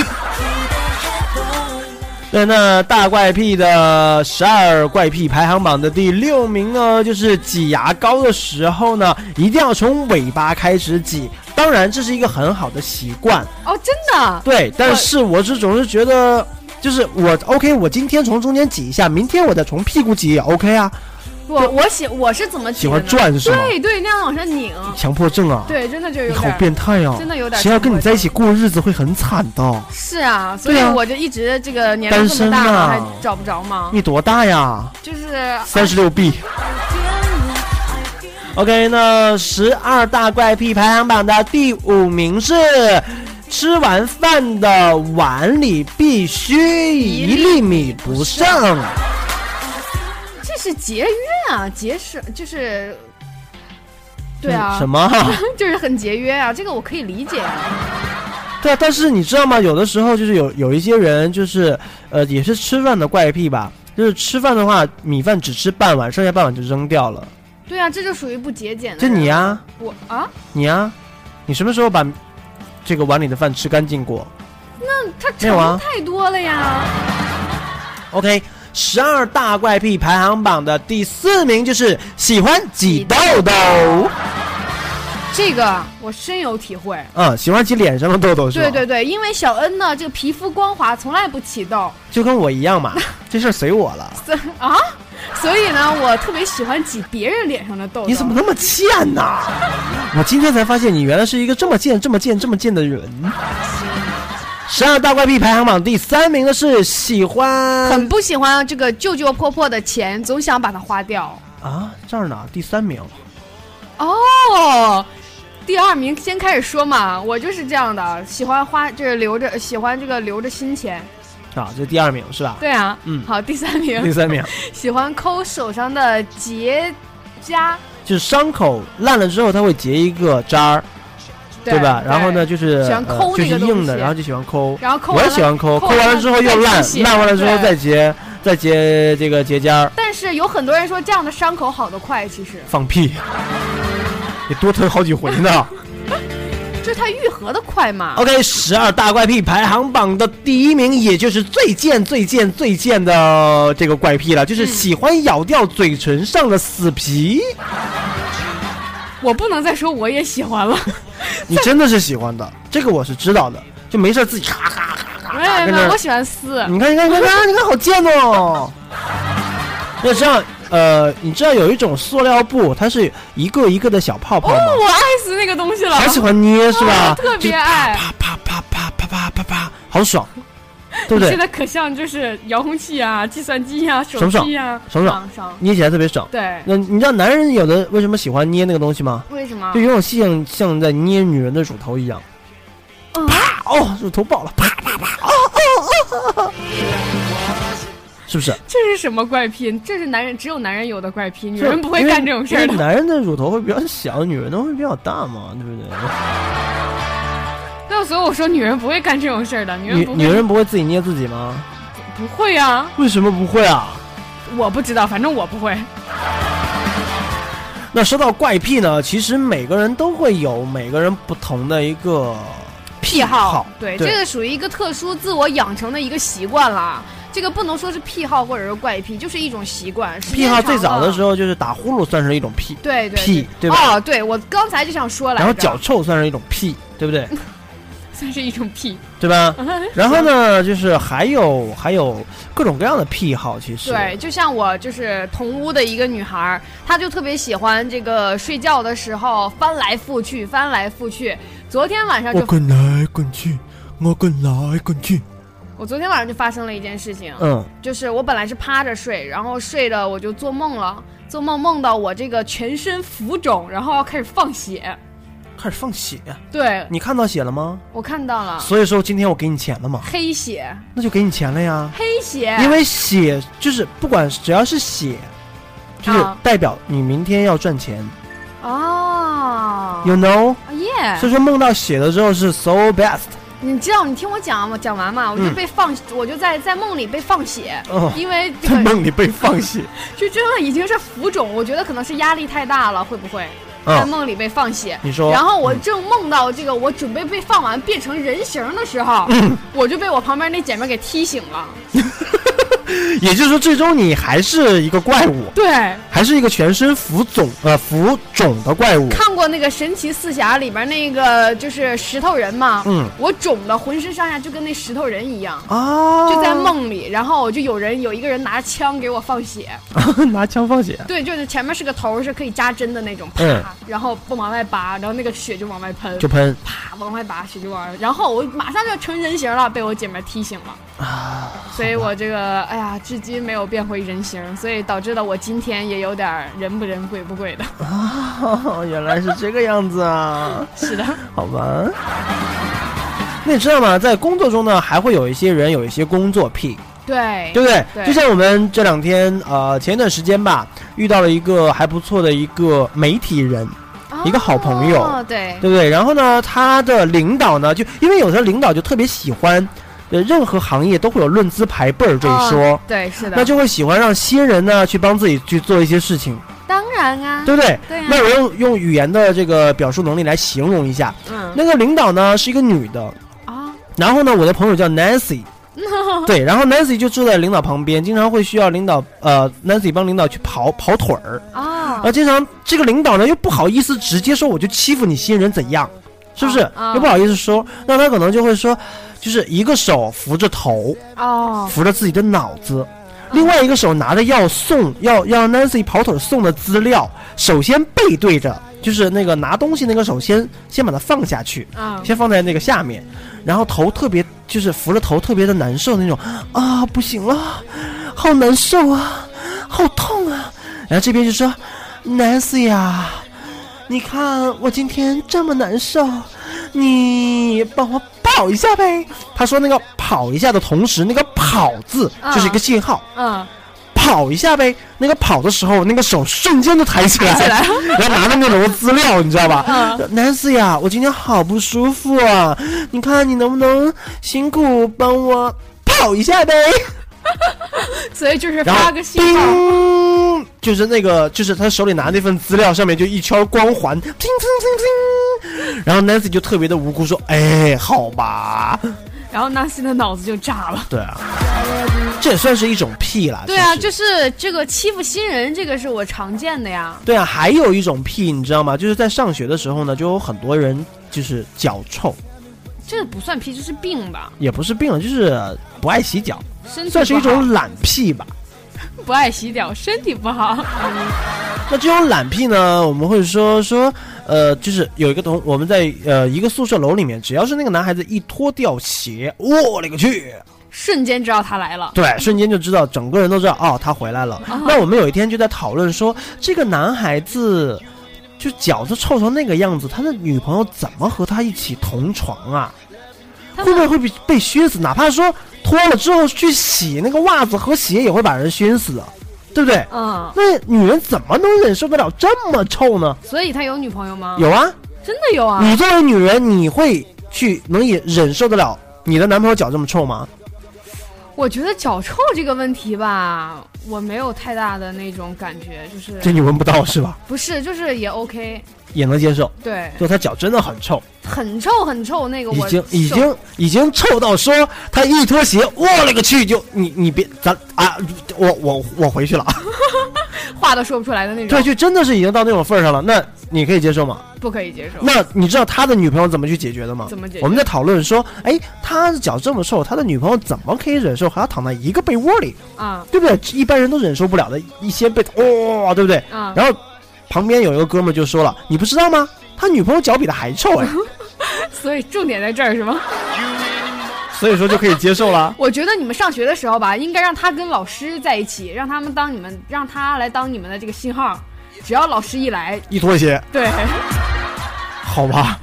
[SPEAKER 8] 对，那大怪癖的十二怪癖排行榜的第六名呢，就是挤牙膏的时候呢，一定要从尾巴开始挤。当然，这是一个很好的习惯，
[SPEAKER 7] 哦，真的？
[SPEAKER 8] 对。但
[SPEAKER 7] 我
[SPEAKER 8] 是我是总是觉得，就是我 OK，我今天从中间挤一下，明天我再从屁股挤也 OK 啊。
[SPEAKER 7] 我我喜我是怎么挤
[SPEAKER 8] 喜欢
[SPEAKER 7] 的呢
[SPEAKER 8] 转是吗
[SPEAKER 7] 对对，那样往上拧。
[SPEAKER 8] 强迫症啊，
[SPEAKER 7] 对，真的就有
[SPEAKER 8] 你
[SPEAKER 7] 点
[SPEAKER 8] 好
[SPEAKER 7] 儿。
[SPEAKER 8] 变态啊！
[SPEAKER 7] 真的有点
[SPEAKER 8] 谁要跟你
[SPEAKER 7] 强迫症
[SPEAKER 8] 在一起过日子会很惨的。
[SPEAKER 7] 是啊，所以
[SPEAKER 8] 对啊
[SPEAKER 7] 我就一直这个年龄这么大
[SPEAKER 8] 单身
[SPEAKER 7] 了
[SPEAKER 8] 啊嗯
[SPEAKER 7] 还找不着吗？
[SPEAKER 8] 你多大呀？
[SPEAKER 7] 就是
[SPEAKER 8] 三十六 B。OK，那十二大怪癖排行榜的第五名是，吃完饭的碗里必须一粒米不剩。
[SPEAKER 7] 这是节约啊，节省就是。对啊，
[SPEAKER 8] 嗯什么？
[SPEAKER 7] 就是很节约啊，这个我可以理解啊。
[SPEAKER 8] 对啊，但是你知道吗？有的时候就是有有一些人就是，呃，也是吃饭的怪癖吧。就是吃饭的话，米饭只吃半碗，剩下半碗就扔掉了。
[SPEAKER 7] 对啊，这就属于不节俭的
[SPEAKER 8] 就
[SPEAKER 7] 人。
[SPEAKER 8] 你呀、
[SPEAKER 7] 我啊，
[SPEAKER 8] 你呀、你什么时候把这个碗里的饭吃干净过？
[SPEAKER 7] 那他
[SPEAKER 8] 没有啊
[SPEAKER 7] 盛太多了呀。
[SPEAKER 8] OK，十二大怪癖排行榜的第四名就是喜欢挤痘痘，
[SPEAKER 7] 这个我深有体会。
[SPEAKER 8] 嗯，喜欢挤脸上的痘痘是吧？
[SPEAKER 7] 对对，对，因为小恩呢，这个皮肤光滑，从来不起痘。
[SPEAKER 8] 就跟我一样 嘛，这事儿随我 了。
[SPEAKER 7] 所 啊，所以呢，我特别喜欢挤别人脸上的痘痘。
[SPEAKER 8] 你怎么那么贱呐？我今天才发现你原来是一个这么贱、这么贱、这么贱的人。十二大怪癖排行榜第三名的是喜欢
[SPEAKER 7] 很不喜欢这个旧旧破破的钱，总想把它花掉。
[SPEAKER 8] 啊，这儿呢，第三名。
[SPEAKER 7] 哦，第二名先开始说嘛，我就是这样的，喜欢花就是留着，喜欢这个留着新钱。
[SPEAKER 8] 啊，这第二名是吧？
[SPEAKER 7] 对啊，
[SPEAKER 8] 嗯
[SPEAKER 7] 好，第三名，
[SPEAKER 8] 第三名
[SPEAKER 7] 喜欢抠手上的结痂，
[SPEAKER 8] 就是伤口烂了之后，它会结一个渣儿，
[SPEAKER 7] 对
[SPEAKER 8] 吧？然后呢，就是
[SPEAKER 7] 喜欢抠
[SPEAKER 8] 呃、
[SPEAKER 7] 那
[SPEAKER 8] 就是
[SPEAKER 7] 个东西
[SPEAKER 8] 硬的，然后就喜欢抠。
[SPEAKER 7] 然后抠
[SPEAKER 8] 我
[SPEAKER 7] 完
[SPEAKER 8] 也
[SPEAKER 7] 了
[SPEAKER 8] 喜欢抠，
[SPEAKER 7] 抠
[SPEAKER 8] 抠完了之后又
[SPEAKER 7] 再
[SPEAKER 8] 烂
[SPEAKER 7] 出，血
[SPEAKER 8] 烂完了之后
[SPEAKER 7] 对
[SPEAKER 8] 再结，再结这个结痂儿，
[SPEAKER 7] 但是有很多人说这样的伤口好得快，其实
[SPEAKER 8] 放屁，你多疼好几回呢。
[SPEAKER 7] 就是它愈合的快嘛。
[SPEAKER 8] OK，十二大怪癖排行榜的第一名，也就是最贱、最贱、最贱的这个嗯怪癖了，就是喜欢咬掉嘴唇上的死皮。
[SPEAKER 7] 我不能再说我也喜欢了，
[SPEAKER 8] 你真的是喜欢的，这个我是知道的，就没事自己咔咔咔咔
[SPEAKER 7] 没有
[SPEAKER 8] 跟
[SPEAKER 7] 没
[SPEAKER 8] 那
[SPEAKER 7] 有，
[SPEAKER 8] 儿
[SPEAKER 7] 哎我喜欢 撕。
[SPEAKER 8] 你看，你看，你看，你看，好贱哦！那这样，呃，你知道有一种塑料布，它是一个一个的小泡
[SPEAKER 7] 哦，
[SPEAKER 8] 泡吗？
[SPEAKER 7] 我爱死那个东西了，
[SPEAKER 8] 好喜欢捏是吧
[SPEAKER 7] 啊 特别
[SPEAKER 8] 就
[SPEAKER 7] 爱，
[SPEAKER 8] 好爽，对不
[SPEAKER 7] 你
[SPEAKER 8] 对
[SPEAKER 7] 现？在可像就是遥控器啊、计算机啊、手
[SPEAKER 8] 爽不爽
[SPEAKER 7] 机啊，？
[SPEAKER 8] 爽不爽？
[SPEAKER 7] 爽。
[SPEAKER 8] 捏起来特别爽。
[SPEAKER 7] 对
[SPEAKER 8] 那你知道男人有的为什么喜欢捏那个东西吗？
[SPEAKER 7] 为什么
[SPEAKER 8] 就？有种像像在捏女人的乳头一样，
[SPEAKER 7] 嗯
[SPEAKER 8] 啪哦，乳头爆了，啪啪啪，哦哦哦，是不是？
[SPEAKER 7] 这是什么怪癖？这是男人只有男人有的怪癖，女人不会干这种事儿
[SPEAKER 8] 因为
[SPEAKER 7] 的。
[SPEAKER 8] 男人的乳头会比较小，女人的会比较大嘛，对不对？
[SPEAKER 7] 那所以我说女人不会干这种事儿的，女人
[SPEAKER 8] 女
[SPEAKER 7] 不会
[SPEAKER 8] 女人不会自己捏自己吗？
[SPEAKER 7] 不会啊，
[SPEAKER 8] 为什么不会啊？
[SPEAKER 7] 我不知道，反正我不会。
[SPEAKER 8] 那说到怪癖呢，其实每个人都会有每个人不同的一个
[SPEAKER 7] 癖
[SPEAKER 8] 好，
[SPEAKER 7] 对，
[SPEAKER 8] 对
[SPEAKER 7] 这个属于一个特殊自我养成的一个习惯了。这个不能说是癖好或者是怪癖，就是一种习惯。时
[SPEAKER 8] 癖
[SPEAKER 7] 间
[SPEAKER 8] 好
[SPEAKER 7] 长
[SPEAKER 8] 最早
[SPEAKER 7] 了
[SPEAKER 8] 的时候就是打呼噜算是一种癖，
[SPEAKER 7] 对对
[SPEAKER 8] 屁对吧
[SPEAKER 7] 哦，对，我刚才就想说来着，
[SPEAKER 8] 然后脚臭算是一种癖，对不对？
[SPEAKER 7] 算是一种癖，
[SPEAKER 8] 对吧？然后呢，就是还有还有各种各样的癖好，其实
[SPEAKER 7] 对，就像我就是同屋的一个女孩儿，她就特别喜欢这个睡觉的时候翻来覆去，翻来覆去。昨天晚上就，我
[SPEAKER 8] 来滚去，我滚来滚去。
[SPEAKER 7] 昨天晚上就发生了一件事情，
[SPEAKER 8] 嗯，
[SPEAKER 7] 就是我本来是趴着睡，然后睡了我就做梦了，做梦梦到我这个全身浮肿，然后要开始放血。
[SPEAKER 8] 开始放血，
[SPEAKER 7] 对，
[SPEAKER 8] 你看到血了吗？
[SPEAKER 7] 我看到了
[SPEAKER 8] 所以说今天我给你钱了嘛，
[SPEAKER 7] 黑血，
[SPEAKER 8] 那就给你钱了呀。
[SPEAKER 7] 黑血，
[SPEAKER 8] 因为血就是不管只要是血，就是
[SPEAKER 7] 啊
[SPEAKER 8] 代表你明天要赚钱
[SPEAKER 7] 哦，
[SPEAKER 8] ，you know。
[SPEAKER 7] 耶，
[SPEAKER 8] 所以说梦到血的时候是 so best。
[SPEAKER 7] 你知道，你听我讲，我讲完嘛，我就
[SPEAKER 8] 嗯
[SPEAKER 7] 被放，我就在在梦里被放血，
[SPEAKER 8] 哦
[SPEAKER 7] 因为这
[SPEAKER 8] 在
[SPEAKER 7] 个
[SPEAKER 8] 梦里被放 血，
[SPEAKER 7] 就真的已经是浮肿，我觉得可能是压力太大了，会不会？
[SPEAKER 8] 嗯
[SPEAKER 7] 在梦里被放血，
[SPEAKER 8] 你说
[SPEAKER 7] 然后我正梦到这个，我准备被放完变成人形的时候，
[SPEAKER 8] 嗯
[SPEAKER 7] 我就被我旁边那姐妹给踢醒了。
[SPEAKER 8] 也就是说最终你还是一个怪物，
[SPEAKER 7] 对，
[SPEAKER 8] 还是一个全身浮肿呃浮肿的怪物。
[SPEAKER 7] 看过那个《神奇四侠》里边那个就是石头人嘛，
[SPEAKER 8] 嗯
[SPEAKER 7] 我肿的浑身上下就跟那石头人一样，
[SPEAKER 8] 啊
[SPEAKER 7] 就在梦里，然后我就有人有一个人拿枪给我放血，
[SPEAKER 8] 拿枪放血，
[SPEAKER 7] 对，就是前面是个头儿，是可以扎针的那种，啪，
[SPEAKER 8] 嗯
[SPEAKER 7] 然后不往外拔，然后那个血就往外喷，
[SPEAKER 8] 就喷
[SPEAKER 7] 啪往外拔，血就往外，然后我马上就成人形了，被我姐妹踢醒了，
[SPEAKER 8] 啊！
[SPEAKER 7] 所以我这个哎呀，至今没有变回人形，所以导致了我今天也有点儿人不人鬼不鬼的，
[SPEAKER 8] 哦， 原来是这个样子啊！
[SPEAKER 7] 是的，
[SPEAKER 8] 好吧。那你知道吗？在工作中呢，还会有一些人有一些工作癖，
[SPEAKER 7] 对，
[SPEAKER 8] 对不对？
[SPEAKER 7] 对
[SPEAKER 8] 就像我们这两天，呃，前一段时间吧，遇到了一个还不错的一个媒体人，一个好朋友，
[SPEAKER 7] 哦，对，
[SPEAKER 8] 对不对？然后呢，他的领导呢，就因为有时候领导就特别喜欢，呃，任何行业都会有论资排辈儿这一说，
[SPEAKER 7] 哦对，是的，
[SPEAKER 8] 那就会喜欢让新人呢去帮自己去做一些事情，
[SPEAKER 7] 当然啊，
[SPEAKER 8] 对不对？
[SPEAKER 7] 对啊
[SPEAKER 8] 那我用用语言的这个表述能力来形容一下，
[SPEAKER 7] 嗯
[SPEAKER 8] 那个领导呢是一个女的，
[SPEAKER 7] 啊，
[SPEAKER 8] 然后呢，我的朋友 叫 Nancy，对，然后 Nancy 就住在领导旁边，经常会需要领导呃 Nancy 帮领导去跑跑腿儿，
[SPEAKER 7] 啊
[SPEAKER 8] 然后经常这个领导呢又不好意思直接说我就欺负你新人怎样，是不是？
[SPEAKER 7] 啊
[SPEAKER 8] 又不好意思说，那他可能就会说，就是一个手扶着头，
[SPEAKER 7] 哦，
[SPEAKER 8] 扶着自己的脑子。另外一个手拿着要送要要 Nancy 跑腿送的资料，首先背对着，就是那个拿东西那个手先先把它放下去，
[SPEAKER 7] 嗯
[SPEAKER 8] 先放在那个下面，然后头特别就是扶着头特别的难受那种啊，不行了，好难受啊，好痛啊。然后这边就说，Nancy 啊，你看我今天这么难受，你帮我跑一下呗。他说那个跑一下的同时，那个跑字就是一个信号，
[SPEAKER 7] 嗯，
[SPEAKER 8] 跑一下呗。那个跑的时候，那个手瞬间就抬起来，
[SPEAKER 7] 抬起来
[SPEAKER 8] 然后拿着那种资料，你知道吧
[SPEAKER 7] 嗯
[SPEAKER 8] ？Nancy 啊，我今天好不舒服啊，你看你能不能辛苦帮我跑一下呗？
[SPEAKER 7] 所以就是
[SPEAKER 8] 然后
[SPEAKER 7] 发个信号。
[SPEAKER 8] 叮，就是那个，就是他手里拿那份资料，上面就一圈光环，叮叮叮叮。然后 Nancy 就特别的无辜说：“哎，好吧。
[SPEAKER 7] 然后纳西的脑子就炸了”。
[SPEAKER 8] 对啊，这也算是一种癖啦。
[SPEAKER 7] 对啊，就是这个欺负新人，这个是我常见的呀。
[SPEAKER 8] 对啊，还有一种癖，你知道吗？就是在上学的时候呢，就有很多人就是脚臭，
[SPEAKER 7] 这不算癖，这是病吧？
[SPEAKER 8] 也不是病了，就是不爱洗脚，
[SPEAKER 7] 身体
[SPEAKER 8] 算是一
[SPEAKER 7] 嗯不好
[SPEAKER 8] 种懒癖吧。
[SPEAKER 7] 不爱洗脚，身体不好。
[SPEAKER 8] 那这种懒癖呢，我们会说说，呃，就是有一个同我们在呃一个宿舍楼里面，只要是那个男孩子一脱掉鞋，我勒个去！
[SPEAKER 7] 瞬间知道他来了。
[SPEAKER 8] 对，瞬间就知道，整个人都知道哦，他回来了。
[SPEAKER 7] 啊
[SPEAKER 8] 那我们有一天就在讨论说，这个男孩子就脚都臭成那个样子，他的女朋友怎么和他一起同床啊？会不会会被被熏死？哪怕说脱了之后去洗那个袜子和鞋，也会把人熏死，啊对不对？
[SPEAKER 7] 嗯，
[SPEAKER 8] 那女人怎么能忍受得了这么臭呢？
[SPEAKER 7] 所以他有女朋友吗？
[SPEAKER 8] 有，啊，
[SPEAKER 7] 真的有啊。
[SPEAKER 8] 你作为女人，你会去能也忍受得了你的男朋友脚这么臭吗？
[SPEAKER 7] 我觉得脚臭这个问题吧，我没有太大的那种感觉，就是
[SPEAKER 8] 这你闻不到是吧？
[SPEAKER 7] 不是，就是也 OK，
[SPEAKER 8] 也能接受。
[SPEAKER 7] 对，
[SPEAKER 8] 就他脚真的很臭，
[SPEAKER 7] 很臭很臭那个
[SPEAKER 8] 已
[SPEAKER 7] 我
[SPEAKER 8] 经已
[SPEAKER 7] 受
[SPEAKER 8] 经已经臭到说他一脱鞋，我勒个去就你你别咱啊，我我我回去了，
[SPEAKER 7] 啊话都说不出来的那种，
[SPEAKER 8] 对，就真的是已经到那种份儿上了。那你可以接受吗？
[SPEAKER 7] 不可以接受。
[SPEAKER 8] 那你知道他的女朋友怎么去解决的吗？
[SPEAKER 7] 怎么解决
[SPEAKER 8] 我们在讨论说，哎，他的脚这么臭，他的女朋友怎么可以忍受还要躺在一个被窝里？
[SPEAKER 7] 啊，
[SPEAKER 8] 对不对？一般人都忍受不了的，一掀被哇、对不对？
[SPEAKER 7] 嗯
[SPEAKER 8] 然后旁边有一个哥们儿就说了：“你不知道吗？他女朋友脚比他还 臭哎，
[SPEAKER 7] 所以重点在这儿是 吗？
[SPEAKER 8] 所以说就可以接受了。
[SPEAKER 7] 我觉得你们上学的时候吧，应该让他跟老师在一起，让他们当你们，让他来当你们的这个信号。只要老师一来，
[SPEAKER 8] 一拖鞋，
[SPEAKER 7] 对，
[SPEAKER 8] 好吧，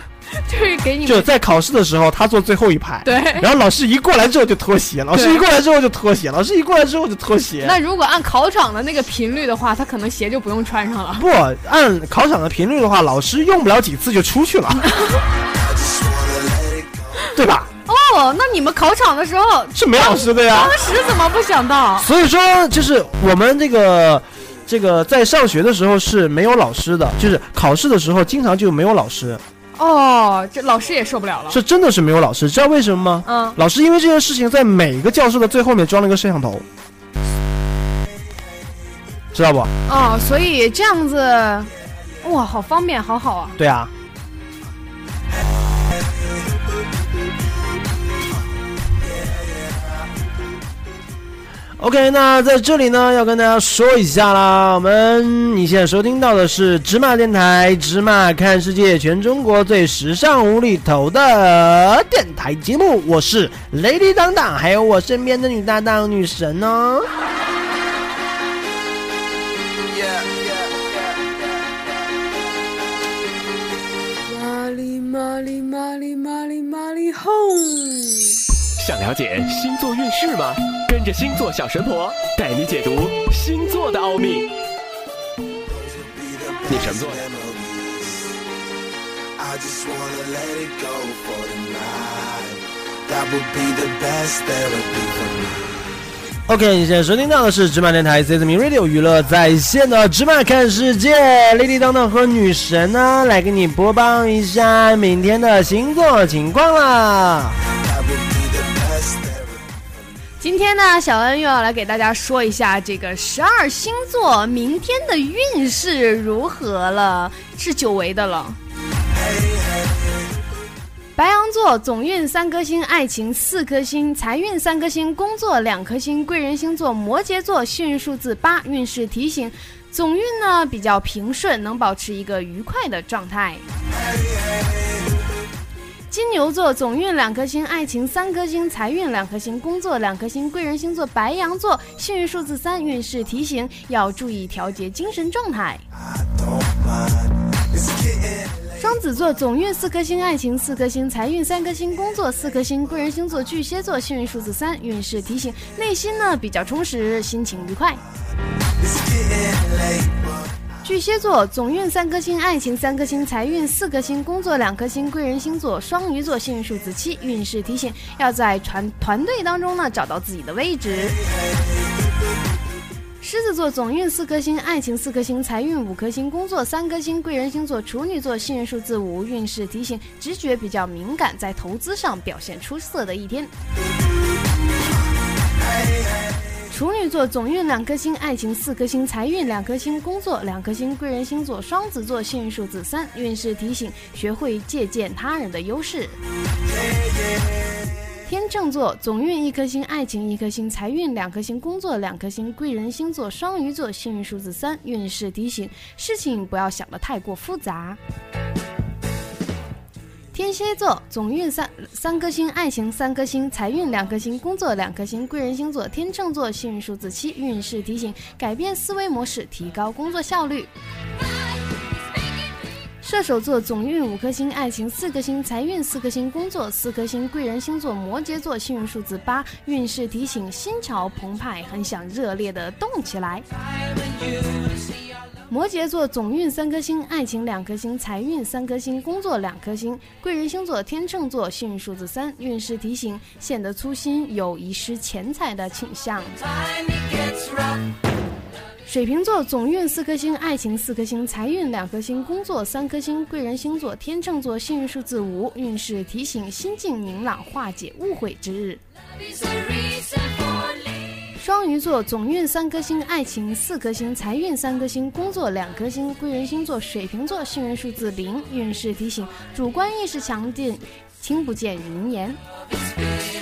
[SPEAKER 7] 就是给你
[SPEAKER 8] 就
[SPEAKER 7] 们
[SPEAKER 8] 在考试的时候他坐最后一排，
[SPEAKER 7] 嗯对
[SPEAKER 8] 然后老师一过来之后就脱鞋，老师
[SPEAKER 7] 对
[SPEAKER 8] 一过来之后就脱鞋，老师一过来之后就脱鞋。
[SPEAKER 7] 那如果按考场的那个频率的话，他可能鞋就不用穿上了。
[SPEAKER 8] 不按考场的频率的话，老师用不了几次就出 去了，对吧？
[SPEAKER 7] 哦，那你们考场的时候
[SPEAKER 8] 是没老师的呀
[SPEAKER 7] 当时怎么不想到？
[SPEAKER 8] 所以说，就是我们这个这个在上学的时候是没有老师的，就是考试的时候经常就没有老师，
[SPEAKER 7] 哦，这老师也受不了了。
[SPEAKER 8] 是真的是没有老师。知道为什么吗？
[SPEAKER 7] 嗯
[SPEAKER 8] 老师因为这件事情在每个教室的最后面装了一个摄像头，知道不？
[SPEAKER 7] 哦，所以这样子，哇，好方便，好好啊。
[SPEAKER 8] 对啊。OK，那在这里呢，要跟大家说一下啦，我们你现在收听到的是芝麻电台《芝麻看世界》，全中国最时尚无厘头的电台节目，我是雷迪当当，还有我身边的女搭档女神哦。
[SPEAKER 12] 玛丽玛丽玛丽玛丽玛丽吼！
[SPEAKER 2] 想了解星座运势吗？跟着星座小神婆带你解读星座的奥秘。你什么座的？
[SPEAKER 13] I just wanna let it go for tonight. That would be the best therapy for me.
[SPEAKER 8] OK，你现在收听到的是芝麻电台 c s m Radio 娱乐在线的《芝麻看世界》，Lady 当当和女神呢来给你播报一下明天的星座情况啦。
[SPEAKER 7] 今天呢，小恩又要来给大家说一下这个十二星座明天的运势如何了，是久违的了。白羊座总运三颗星，爱情四颗星，财运三颗星，工作两颗星。贵人星座摩羯座，幸运数字八，运势提醒，总运呢比较平顺，能保持一个愉快的状态。金牛座总运两颗星，爱情三颗星，财运两颗星，工作两颗星。贵人星座白羊座，幸运数字三，运势提醒要注意调节精神状态。双子座总运四颗星，爱情四颗星，财运三颗星，工作四颗星。贵人星座巨蟹座，幸运数字三，运势提醒内心呢比较充实，心情愉快。巨蟹座总运三颗星，爱情三颗星，财运四颗星，工作两颗星。贵人星座双鱼座，幸运数字七，运势提醒要在团团队当中呢找到自己的位置。狮子座总运四颗星，爱情四颗星，财运五颗星，工作三颗星。贵人星座处女座，幸运数字五，运势提醒直觉比较敏感，在投资上表现出色的一天。处女座总运两颗星，爱情四颗星，财运两颗星，工作两颗星，贵人星座双子座，幸运数字三。运势提醒：学会借鉴他人的优势。天秤座总运一颗星，爱情一颗星，财运两颗星，工作两颗星，贵人星座双鱼座，幸运数字三。运势提醒：事情不要想得太过复杂。天蝎座总运三三颗星，爱情三颗星，财运两颗星，工作两颗星，贵人星座天秤座，幸运数字七，运势提醒改变思维模式，提高工作效率。射手座总运五颗星，爱情四颗星，财运四颗星，工作四颗星，贵人星座摩羯座，幸运数字八，运势提醒心潮澎湃，很想热烈的动起来。摩羯座总运三颗星，爱情两颗星，财运三颗星，工作两颗星。贵人星座天秤座，幸运数字三，运势提醒显得粗心，有遗失钱财的倾向。水瓶座总运四颗星，爱情四颗星，财运两颗星，工作三颗星。贵人星座天秤座，幸运数字五，运势提醒心境明朗，化解误会之日。双鱼座总运三颗星，爱情四颗星，财运三颗星，工作两颗星。贵人星座水瓶座，幸运数字零，运势提醒主观意识强劲，听不见云言。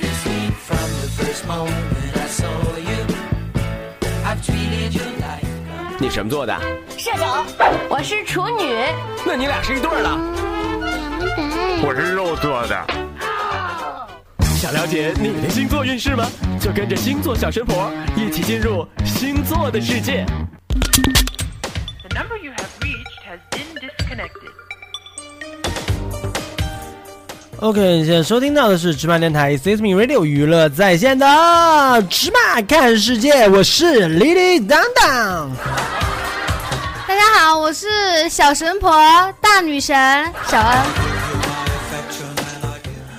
[SPEAKER 2] 你什么座的？
[SPEAKER 14] 射手，我是处女。
[SPEAKER 2] 那你俩是一对儿的。
[SPEAKER 15] 我是肉做的。
[SPEAKER 2] 想了解你的星座运势吗？就跟着星座小神婆一起进入星座的世界。
[SPEAKER 16] The number you have reached has been disconnected.
[SPEAKER 8] OK，你现在收听到的是芝麻电台 s i s m e Radio 娱乐在线的芝麻看世界，我是 Lily 当当。
[SPEAKER 7] 大家好，我是小神婆大女神小恩。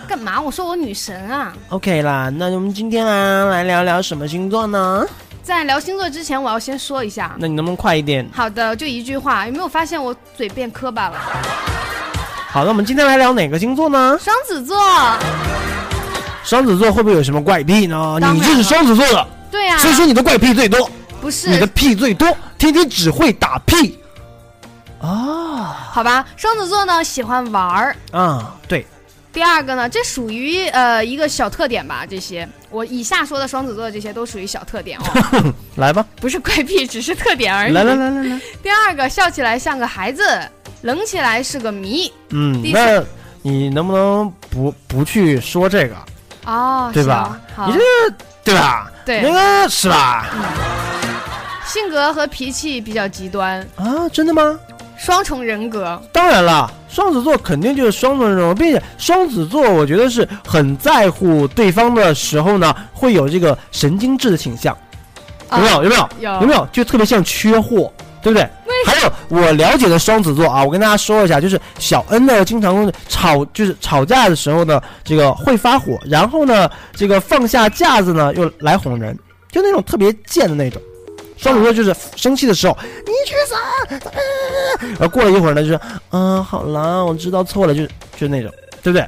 [SPEAKER 7] 干嘛？我说我女神啊！
[SPEAKER 8] OK 啦，那我们今天啊来聊聊什么星座呢？
[SPEAKER 7] 在聊星座之前，我要先说一下。
[SPEAKER 8] 那你能不能快一点？
[SPEAKER 7] 好的，就一句话，有没有发现我嘴变磕巴了？
[SPEAKER 8] 好，那我们今天来聊哪个星座呢？
[SPEAKER 7] 双子座，
[SPEAKER 8] 双子座会不会有什么怪癖呢？
[SPEAKER 7] 当然了
[SPEAKER 8] 你就是双子座的，
[SPEAKER 7] 对呀、
[SPEAKER 8] 所以说你的怪癖最多，
[SPEAKER 7] 不是
[SPEAKER 8] 你的屁最多，天天只会打屁
[SPEAKER 7] 好吧？双子座呢喜欢玩儿。
[SPEAKER 8] 啊、对，
[SPEAKER 7] 第二个呢，这属于呃一个小特点吧。这些我以下说的双子座的这些都属于小特点 哦，
[SPEAKER 8] 来吧，
[SPEAKER 7] 不是怪癖，只是特点而已。
[SPEAKER 8] 来来来来来，
[SPEAKER 7] 第二个，笑起来像个孩子，冷起来是个谜。
[SPEAKER 8] 嗯，
[SPEAKER 7] 第
[SPEAKER 8] 那
[SPEAKER 7] 四
[SPEAKER 8] 你能不能不不去说这个，
[SPEAKER 7] 哦，
[SPEAKER 8] 对吧
[SPEAKER 7] 行？好
[SPEAKER 8] 你这对吧？
[SPEAKER 7] 对
[SPEAKER 8] 那个是吧？
[SPEAKER 7] 性格和脾气比较极端
[SPEAKER 8] 啊，真的吗？
[SPEAKER 7] 双重人格，
[SPEAKER 8] 当然了，双子座肯定就是双重人格，并且双子座我觉得是很在乎对方的时候呢，会有这个神经质的倾向，
[SPEAKER 7] 啊
[SPEAKER 8] 有没有？有没有？
[SPEAKER 7] 有
[SPEAKER 8] 没有？就特别像缺货，对不对？还有我了解的双子座啊，我跟大家说一下，就是小恩呢，经常吵，就是吵架的时候呢，这个会发火，然后呢，这个放下架子呢，又来哄人，就那种特别贱的那种。双子座就是生气的时候，你去死！然后过了一会儿呢，就是嗯，呃好啦，我知道错了，就是就是那种，对不对？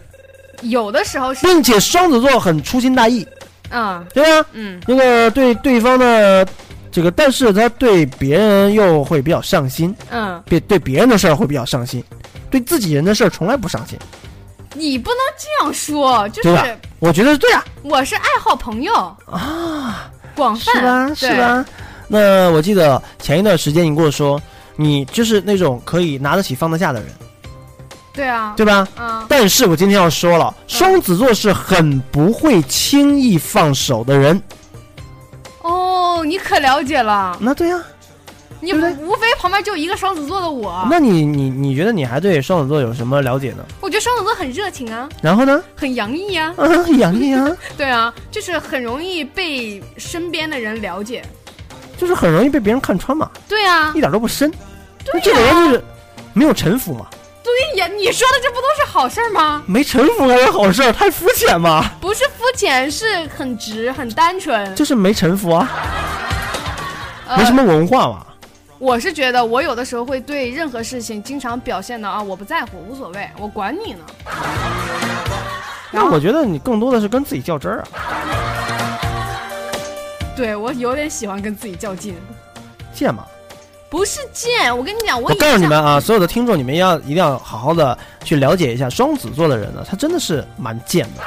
[SPEAKER 7] 有的时候是
[SPEAKER 8] 并且双子座很粗心大意，
[SPEAKER 7] 嗯，
[SPEAKER 8] 对吧？
[SPEAKER 7] 嗯，
[SPEAKER 8] 那个对对方的这个，但是他对别人又会比较上心，
[SPEAKER 7] 嗯，
[SPEAKER 8] 别对别人的事儿会比较上心，对自己人的事儿从来不上心，
[SPEAKER 7] 你不能这样说，就
[SPEAKER 8] 对吧
[SPEAKER 7] 是？
[SPEAKER 8] 我觉得是对啊，
[SPEAKER 7] 我是爱好朋友啊，广泛
[SPEAKER 8] 是吧？
[SPEAKER 7] 对
[SPEAKER 8] 是吧？那我记得前一段时间你跟我说，你就是那种可以拿得起放得下的人。
[SPEAKER 7] 对啊，
[SPEAKER 8] 对吧？
[SPEAKER 7] 嗯，
[SPEAKER 8] 但是我今天要说了，双子座是很不会轻易放手的人。
[SPEAKER 7] 哦，你可了解了，
[SPEAKER 8] 那对呀、
[SPEAKER 7] 你无非旁边就一个双子座的我，
[SPEAKER 8] 那你你你觉得你还对双子座有什么了解呢？
[SPEAKER 7] 我觉得双子座很热情啊，
[SPEAKER 8] 然后呢？
[SPEAKER 7] 很洋溢啊，
[SPEAKER 8] 啊，杨毅啊，
[SPEAKER 7] 对啊，就是很容易被身边的人了解，
[SPEAKER 8] 就是很容易被别人看穿嘛，
[SPEAKER 7] 对啊
[SPEAKER 8] 一，点都不深。
[SPEAKER 7] 对呀
[SPEAKER 8] 那这个人就是没有城府嘛，
[SPEAKER 7] 对呀，你说的这不都是好事儿吗？
[SPEAKER 8] 没城府还有好事儿，太肤浅嘛，
[SPEAKER 7] 不是肤浅，是很直、很单纯。
[SPEAKER 8] 就是没城府啊，
[SPEAKER 7] 呃
[SPEAKER 8] 没什么文化嘛。
[SPEAKER 7] 我是觉得，我有的时候会对任何事情经常表现的啊，我不在乎，无所谓，我管你呢。
[SPEAKER 8] 那我觉得你更多的是跟自己较真儿啊。
[SPEAKER 7] 对我有点喜欢跟自己较劲，
[SPEAKER 8] 贱嘛！
[SPEAKER 7] 不是贱，我跟你讲，我
[SPEAKER 8] 我
[SPEAKER 7] 我
[SPEAKER 8] 告诉你们啊，所有的听众，你们要一定要好好的去了解一下双子座的人啊呢，他真的是蛮贱的。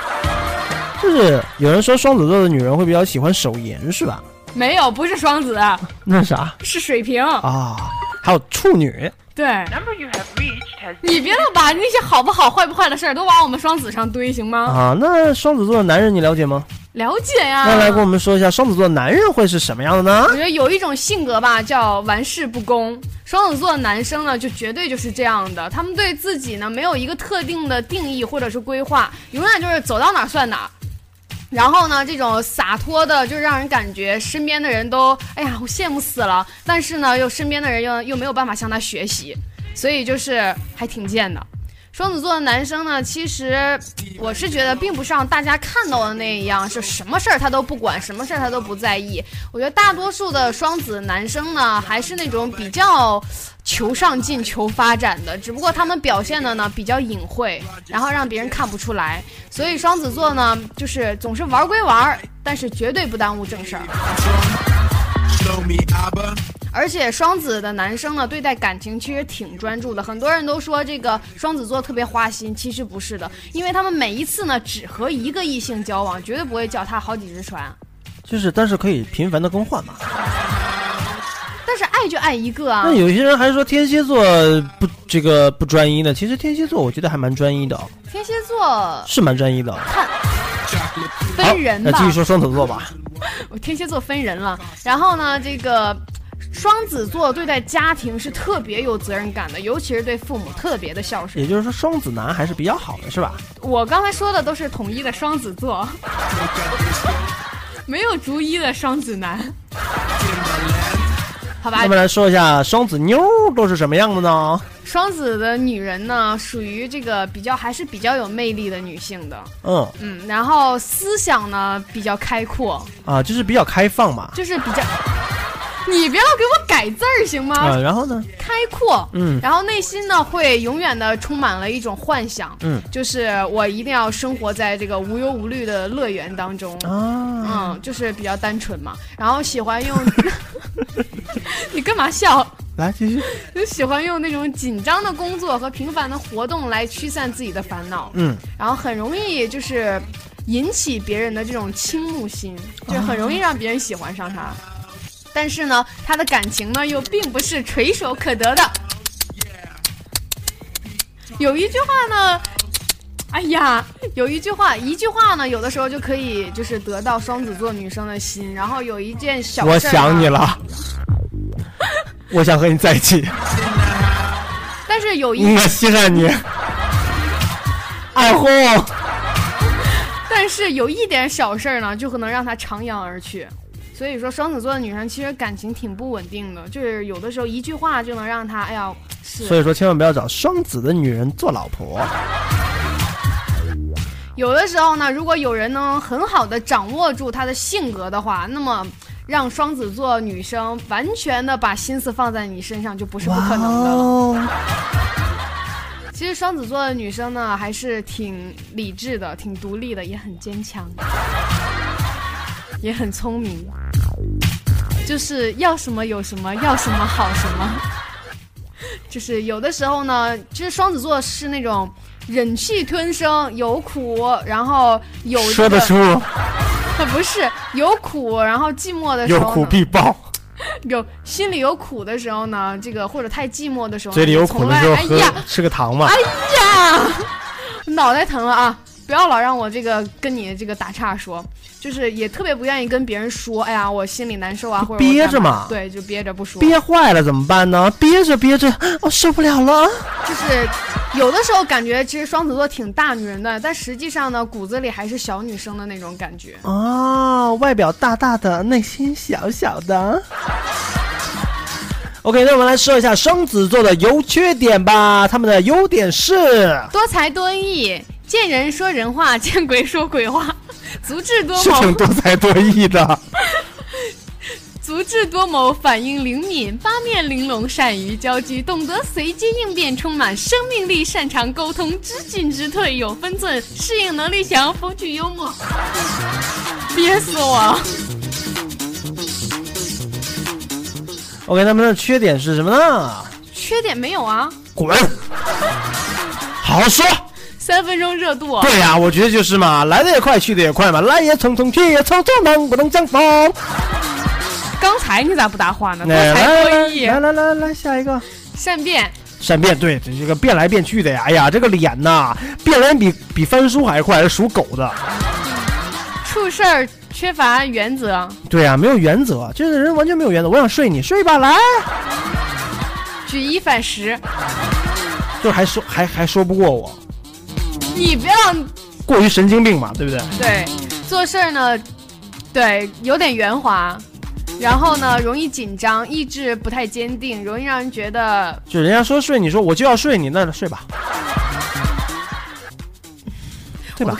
[SPEAKER 8] 就是有人说双子座的女人会比较喜欢手淫，是吧？
[SPEAKER 7] 没有，不是双子，啊
[SPEAKER 8] 那啥
[SPEAKER 7] 是水瓶。
[SPEAKER 8] 啊，还有处女，
[SPEAKER 7] 对，你别老把那些好不好、坏不坏的事儿都往我们双子上堆，行吗？
[SPEAKER 8] 啊，那双子座的男人你了解吗？
[SPEAKER 7] 了解呀、
[SPEAKER 8] 那来跟我们说一下双子座的男人会是什么样的呢
[SPEAKER 7] 我？觉得有一种性格吧，叫玩世不恭。双子座的男生呢，就绝对就是这样的，他们对自己呢没有一个特定的定义或者是规划，永远就是走到哪儿算哪儿。然后呢，这种洒脱的，就让人感觉身边的人都，哎呀，我羡慕死了。但是呢，又身边的人又又没有办法向他学习，所以就是还挺贱的。双子座的男生呢，其实我是觉得并不像大家看到的那样，是什么事儿他都不管，什么事儿他都不在意。我觉得大多数的双子男生呢，还是那种比较求上进、求发展的，只不过他们表现的呢比较隐晦，然后让别人看不出来。所以双子座呢，就是总是玩归玩，但是绝对不耽误正事儿。
[SPEAKER 13] Show me ABBA.
[SPEAKER 7] 而且双子的男生呢，对待感情其实挺专注的。很多人都说这个双子座特别花心，其实不是的，因为他们每一次呢只和一个异性交往，绝对不会脚踏好几只船。
[SPEAKER 8] 就是但是可以频繁的更换嘛。
[SPEAKER 7] 但是爱就爱一个啊
[SPEAKER 8] 那。有些人还说天蝎座不这个不专一的，其实天蝎座我觉得还蛮专一的哦，
[SPEAKER 7] 天蝎座
[SPEAKER 8] 是蛮专一的哦。好
[SPEAKER 7] 分人
[SPEAKER 8] 啊那
[SPEAKER 7] 吧
[SPEAKER 8] 继续，说双子座吧。
[SPEAKER 7] 我天蝎座分人了。然后呢，这个双子座对待家庭是特别有责任感的，尤其是对父母特别的孝顺。
[SPEAKER 8] 也就是说，双子男还是比较好的，是 吧？
[SPEAKER 7] 我刚才说的都是统一的双子座， 没有逐一的双子男。 好吧
[SPEAKER 8] 那，么来说一下双子妞都是什么样的呢？
[SPEAKER 7] 双子的女人呢，属于这个比较还是比较有魅力的女性的，
[SPEAKER 8] 嗯
[SPEAKER 7] 嗯，然后思想呢比较开阔，
[SPEAKER 8] 啊，就是比较开放嘛。
[SPEAKER 7] 就是比较， 你别老给我改字儿行吗？
[SPEAKER 8] 啊，然后呢？
[SPEAKER 7] 开阔，
[SPEAKER 8] 嗯
[SPEAKER 7] 然后内心呢会永远的充满了一种幻想，
[SPEAKER 8] 嗯
[SPEAKER 7] 就是我一定要生活在这个无忧无虑的乐园当中
[SPEAKER 8] 啊，
[SPEAKER 7] 嗯，就是比较单纯嘛，然后喜欢用，你干嘛笑？
[SPEAKER 8] 来继续。
[SPEAKER 7] 就喜欢用那种紧张的工作和频繁的活动来驱散自己的烦恼，
[SPEAKER 8] 嗯，
[SPEAKER 7] 然后很容易就是引起别人的这种倾慕心，就是很容易让别人喜欢上他。但是呢，他的感情呢又并不是垂手可得的。有一句话呢，哎呀，有一句话，一句话呢，有的时候就可以就是得到双子座女生的心。然后有一件小事儿
[SPEAKER 8] 我
[SPEAKER 7] 呢
[SPEAKER 8] 想你了， 我想和你在一起，
[SPEAKER 7] 但是有一
[SPEAKER 8] 我稀罕你，爱护我。
[SPEAKER 7] 但是有一点小事儿呢，就可能让他徜徉而去。所以说，双子座的女生其实感情挺不稳定的，就是有的时候一句话就能让她，哎呀，是。
[SPEAKER 8] 所以说，千万不要找双子的女人做老婆。
[SPEAKER 7] 有的时候呢，如果有人能很好的掌握住她的性格的话，那么让双子座女生完全的把心思放在你身上，就不是不可能的了。其实双子座的女生呢，还是挺理智的，挺独立的，也很坚强，也很聪明，就是要什么有什么，要什么好什么。就是有的时候呢，其实双子座是那种忍气吞声，有苦，然后有、这
[SPEAKER 8] 说
[SPEAKER 7] 个、
[SPEAKER 8] 得出，
[SPEAKER 7] 不是有苦，然后寂寞的时
[SPEAKER 8] 有
[SPEAKER 7] 候呢
[SPEAKER 8] 苦必报。
[SPEAKER 7] 有心里有苦的时候呢，这个或者太寂寞的时候呢，
[SPEAKER 8] 嘴里有
[SPEAKER 7] 就
[SPEAKER 8] 苦
[SPEAKER 7] 从
[SPEAKER 8] 的
[SPEAKER 7] 来
[SPEAKER 8] 时候
[SPEAKER 7] 哎
[SPEAKER 8] 喝
[SPEAKER 7] 呀，
[SPEAKER 8] 吃个糖嘛。
[SPEAKER 7] 哎呀，脑袋疼了啊！不要老让我这个跟你这个打岔说，就是也特别不愿意跟别人说，哎呀，我心里难受啊，或者我
[SPEAKER 8] 憋
[SPEAKER 7] 干
[SPEAKER 8] 着
[SPEAKER 7] 嘛
[SPEAKER 8] 嘛
[SPEAKER 7] 对，就憋着不说，
[SPEAKER 8] 憋坏了怎么办呢？憋着憋着，我、受不了了。
[SPEAKER 7] 就是有的时候感觉其实双子座挺大女人的，但实际上呢，骨子里还是小女生的那种感觉。
[SPEAKER 8] 哦，外表大大的，内心小小的。OK，那我们来说一下双子座的优缺点吧。他们的优点是
[SPEAKER 7] 多才多艺，见人说人话，见鬼说鬼话，足智多
[SPEAKER 8] 是挺多才多艺的，
[SPEAKER 7] 足智多谋，反应灵敏，八面玲珑，善于交际，懂得随机应变，充满生命力，擅长沟通，知进知退，有分寸，适 应能力强，风趣幽默。憋死我了！
[SPEAKER 8] 我给他们的缺点是什么呢？
[SPEAKER 7] 缺点没有啊，
[SPEAKER 8] 滚！好好说。
[SPEAKER 7] 三分钟热 度。啊
[SPEAKER 8] 对呀、我觉得就是嘛，来的也快，去的也快嘛，来也匆匆，去也匆匆，能不能相逢？
[SPEAKER 7] 刚才你咋不搭话呢？多
[SPEAKER 8] 来
[SPEAKER 7] 啊才多艺。
[SPEAKER 8] 来来来来，下一个。
[SPEAKER 7] 善变，
[SPEAKER 8] 善变，对，这个变来变去的呀，哎呀，这个脸呐，变脸比比翻书还快，是属狗的。
[SPEAKER 7] 处事儿缺乏原则，
[SPEAKER 8] 对呀、没有原则，这个人完全没有原则。我想睡你，睡吧，来，
[SPEAKER 7] 举一反十。
[SPEAKER 8] 就是还说还还说不过我，
[SPEAKER 7] 你不要
[SPEAKER 8] 过于神经病嘛，对不对？
[SPEAKER 7] 对做事儿呢，对有点圆滑，然后呢容易紧张，意志不太坚定，容易让人觉得
[SPEAKER 8] 就人家说睡，你说我就要睡你，那睡吧，对吧？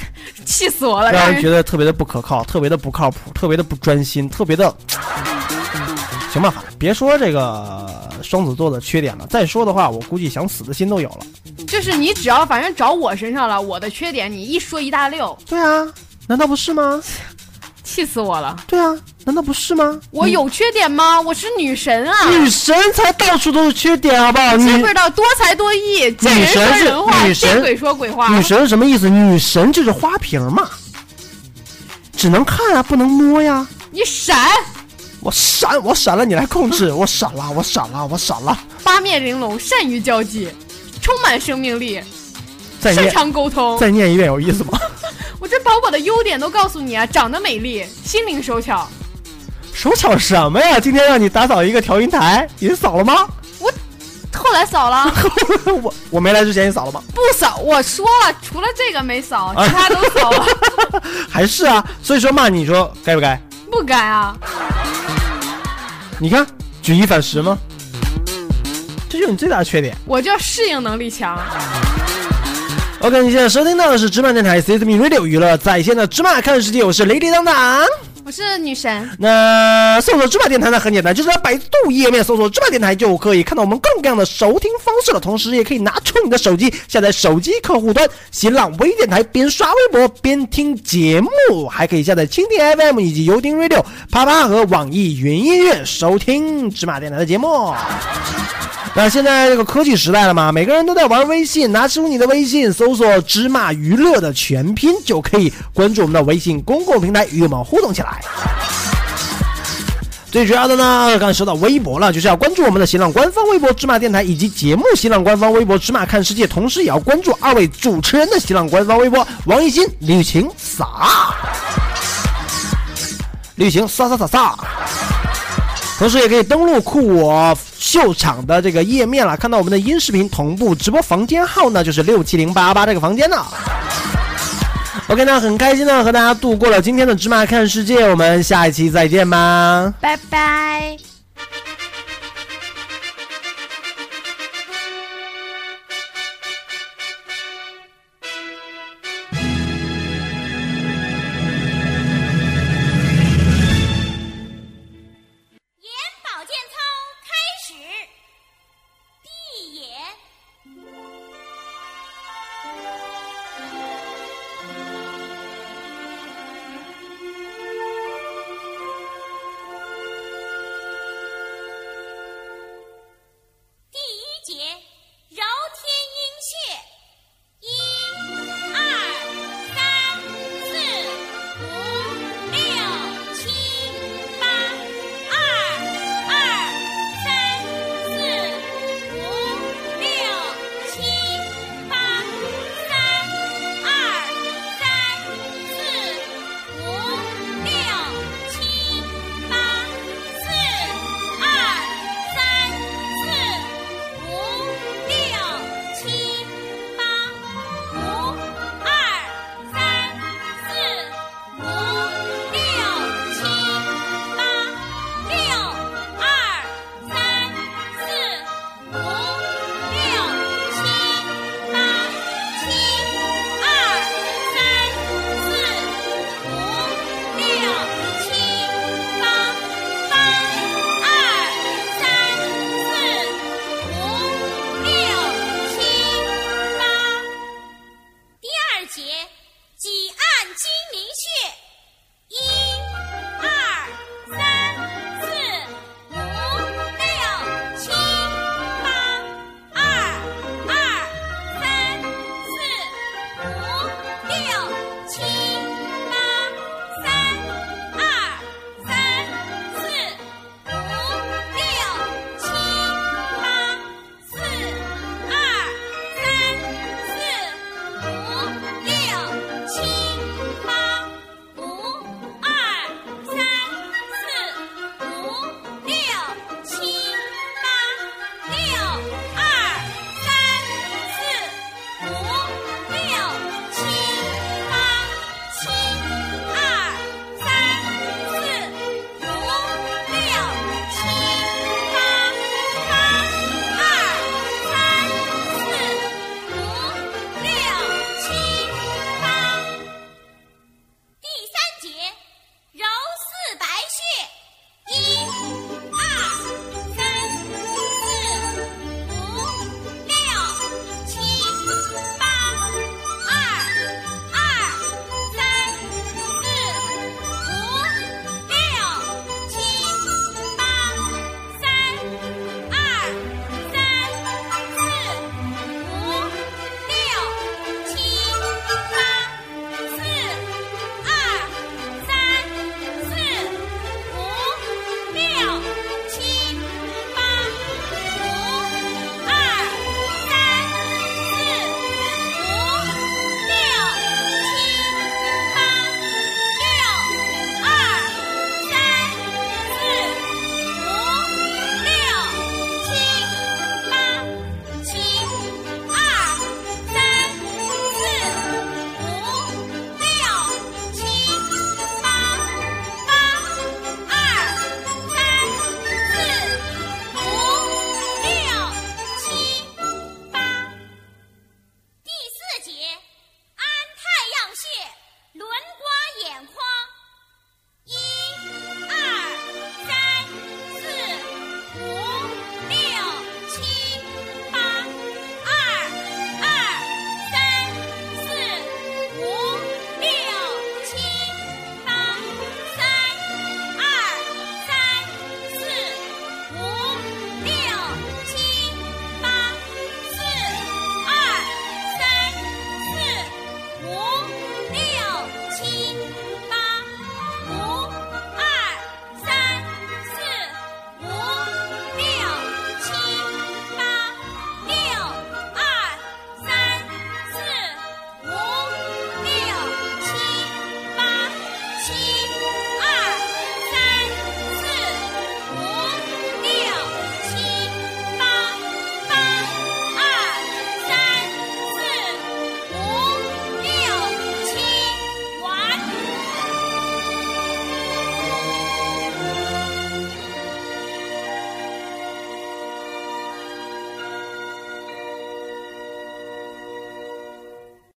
[SPEAKER 7] 气死我了，
[SPEAKER 8] 让
[SPEAKER 7] 让
[SPEAKER 8] 人
[SPEAKER 7] 人
[SPEAKER 8] 觉得特别的不可靠，特别的不靠谱，特别的不专心，特别的。行吧，别说这个双子座的缺点了，再说的话，我估计想死的心都有了。
[SPEAKER 7] 就是你只要反正找我身上了，我的缺点你一说一大溜。
[SPEAKER 8] 对啊，难道不是吗？
[SPEAKER 7] 气死我了！
[SPEAKER 8] 对啊，难道不是吗？
[SPEAKER 7] 我有缺点吗？我是女神啊！
[SPEAKER 8] 女神才到处都是缺点，好不好？
[SPEAKER 7] 知
[SPEAKER 8] 你
[SPEAKER 7] 不知道多才多艺，见
[SPEAKER 8] 女
[SPEAKER 7] 人说
[SPEAKER 8] 神是
[SPEAKER 7] 人话，见
[SPEAKER 8] 女神
[SPEAKER 7] 鬼说鬼话。
[SPEAKER 8] 女神是什么意思？女神就是花瓶嘛，只能看啊，不能摸呀。
[SPEAKER 7] 你闪！
[SPEAKER 8] 我闪，我闪了，你来控制。我闪了，我闪了，我闪了。
[SPEAKER 7] 八面玲珑，善于交际，充满生命力，
[SPEAKER 8] 再
[SPEAKER 7] 擅
[SPEAKER 8] 念，
[SPEAKER 7] 长沟通。
[SPEAKER 8] 再念一遍有意思吗？
[SPEAKER 7] 我这把我的优点都告诉你啊，长得美丽，心灵手巧。
[SPEAKER 8] 手巧什么呀？今天让你打扫一个调音台，你扫了吗？
[SPEAKER 7] 后来扫了，
[SPEAKER 8] 我我没来之前你扫了吗？
[SPEAKER 7] 不扫。我说了，除了这个没扫，其他都扫了，
[SPEAKER 8] 还是啊？所以说骂你，你说该不该？
[SPEAKER 7] 不该啊。
[SPEAKER 8] 你看举一反十吗？这就是你最大的缺点。
[SPEAKER 7] 我这适应能力强。
[SPEAKER 8] OK，你现在收听到的是芝麻电台 C S M Radio 娱乐在线的芝麻看世界，我是雷迪当当。
[SPEAKER 7] 我是女神，
[SPEAKER 8] 那搜索芝麻电台呢很简单，就是在百度页面搜索芝麻电台就可以看到我们各种各样的收听方式了。同时，也可以拿出你的手机下载手机客户端新浪微电台，边刷微博边听节目，还可以下载蜻蜓 FM 以及游听 Radio、啪啪和网易云音乐收听芝麻电台的节目。那现在这个科技时代了嘛，每个人都在玩微信，拿出你的微信，搜索“芝麻娱乐”的全拼，就可以关注我们的微信公共平台，与我们互动起来。最主要的呢，刚才说到微博了，就是要关注我们的新浪官方微博“芝麻电台”以及节目新浪官方微博“芝麻看世界”，同时也要关注二位主持人的新浪官方微博王艺鑫、李雨晴、撒，李雨晴撒撒撒撒。同时也可以登录酷我秀场的这个页面了，看到我们的音视频同步直播房间号呢，就是六七零八八这个房间呢。OK，那很开心呢，和大家度过了今天的芝麻看世界，我们下一期再见吧。
[SPEAKER 7] 拜拜。
[SPEAKER 17] 眼保健操开始，闭眼，第一节揉天阴穴，一、二、三、四、五、六、七、八，二、二、三、四、五、六、七、八，三、二、三、四、五、六、七、八，四、二、三、四。五六七八，五二三四，五六七八，六二三四，五六七八，七二三四，五六七八，八二三四。五六七八。第二节，挤按睛明穴，一。